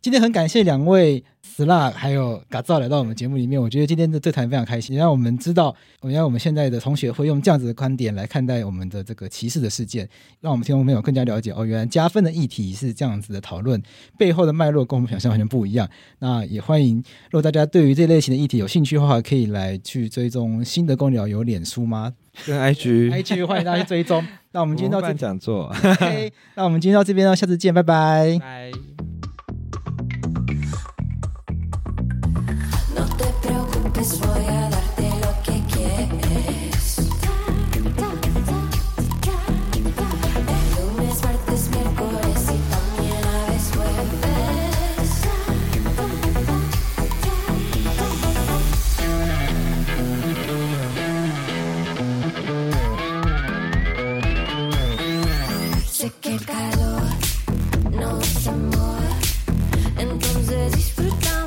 A: 今天很感谢两位 Sla 还有嘎造来到我们节目里面，我觉得今天的对谈非常开心，让我们知道，我们让我们现在的同学会用这样子的观点来看待我们的这个歧视的事件，让我们听众朋友更加了解哦，原来加分的议题是这样子的讨论，背后的脉络跟我们想象完全不一样。那也欢迎，如果大家对于这类型的议题有兴趣的话，可以来去追踪新的公聊有脸书吗
B: 跟 IG
A: ？IG 欢迎大家去追踪。那我
B: 我
A: 们今天到这
B: 办
A: 边
B: 讲座，
A: ，OK，那我们今天到这边了，下次见，拜拜。
C: 拜。
D: No te preocupes, voy a darte lo que quieres. El lunes, martes, miércoles y también a veces jueves. Sé que el calor no es amor, entonces disfruta.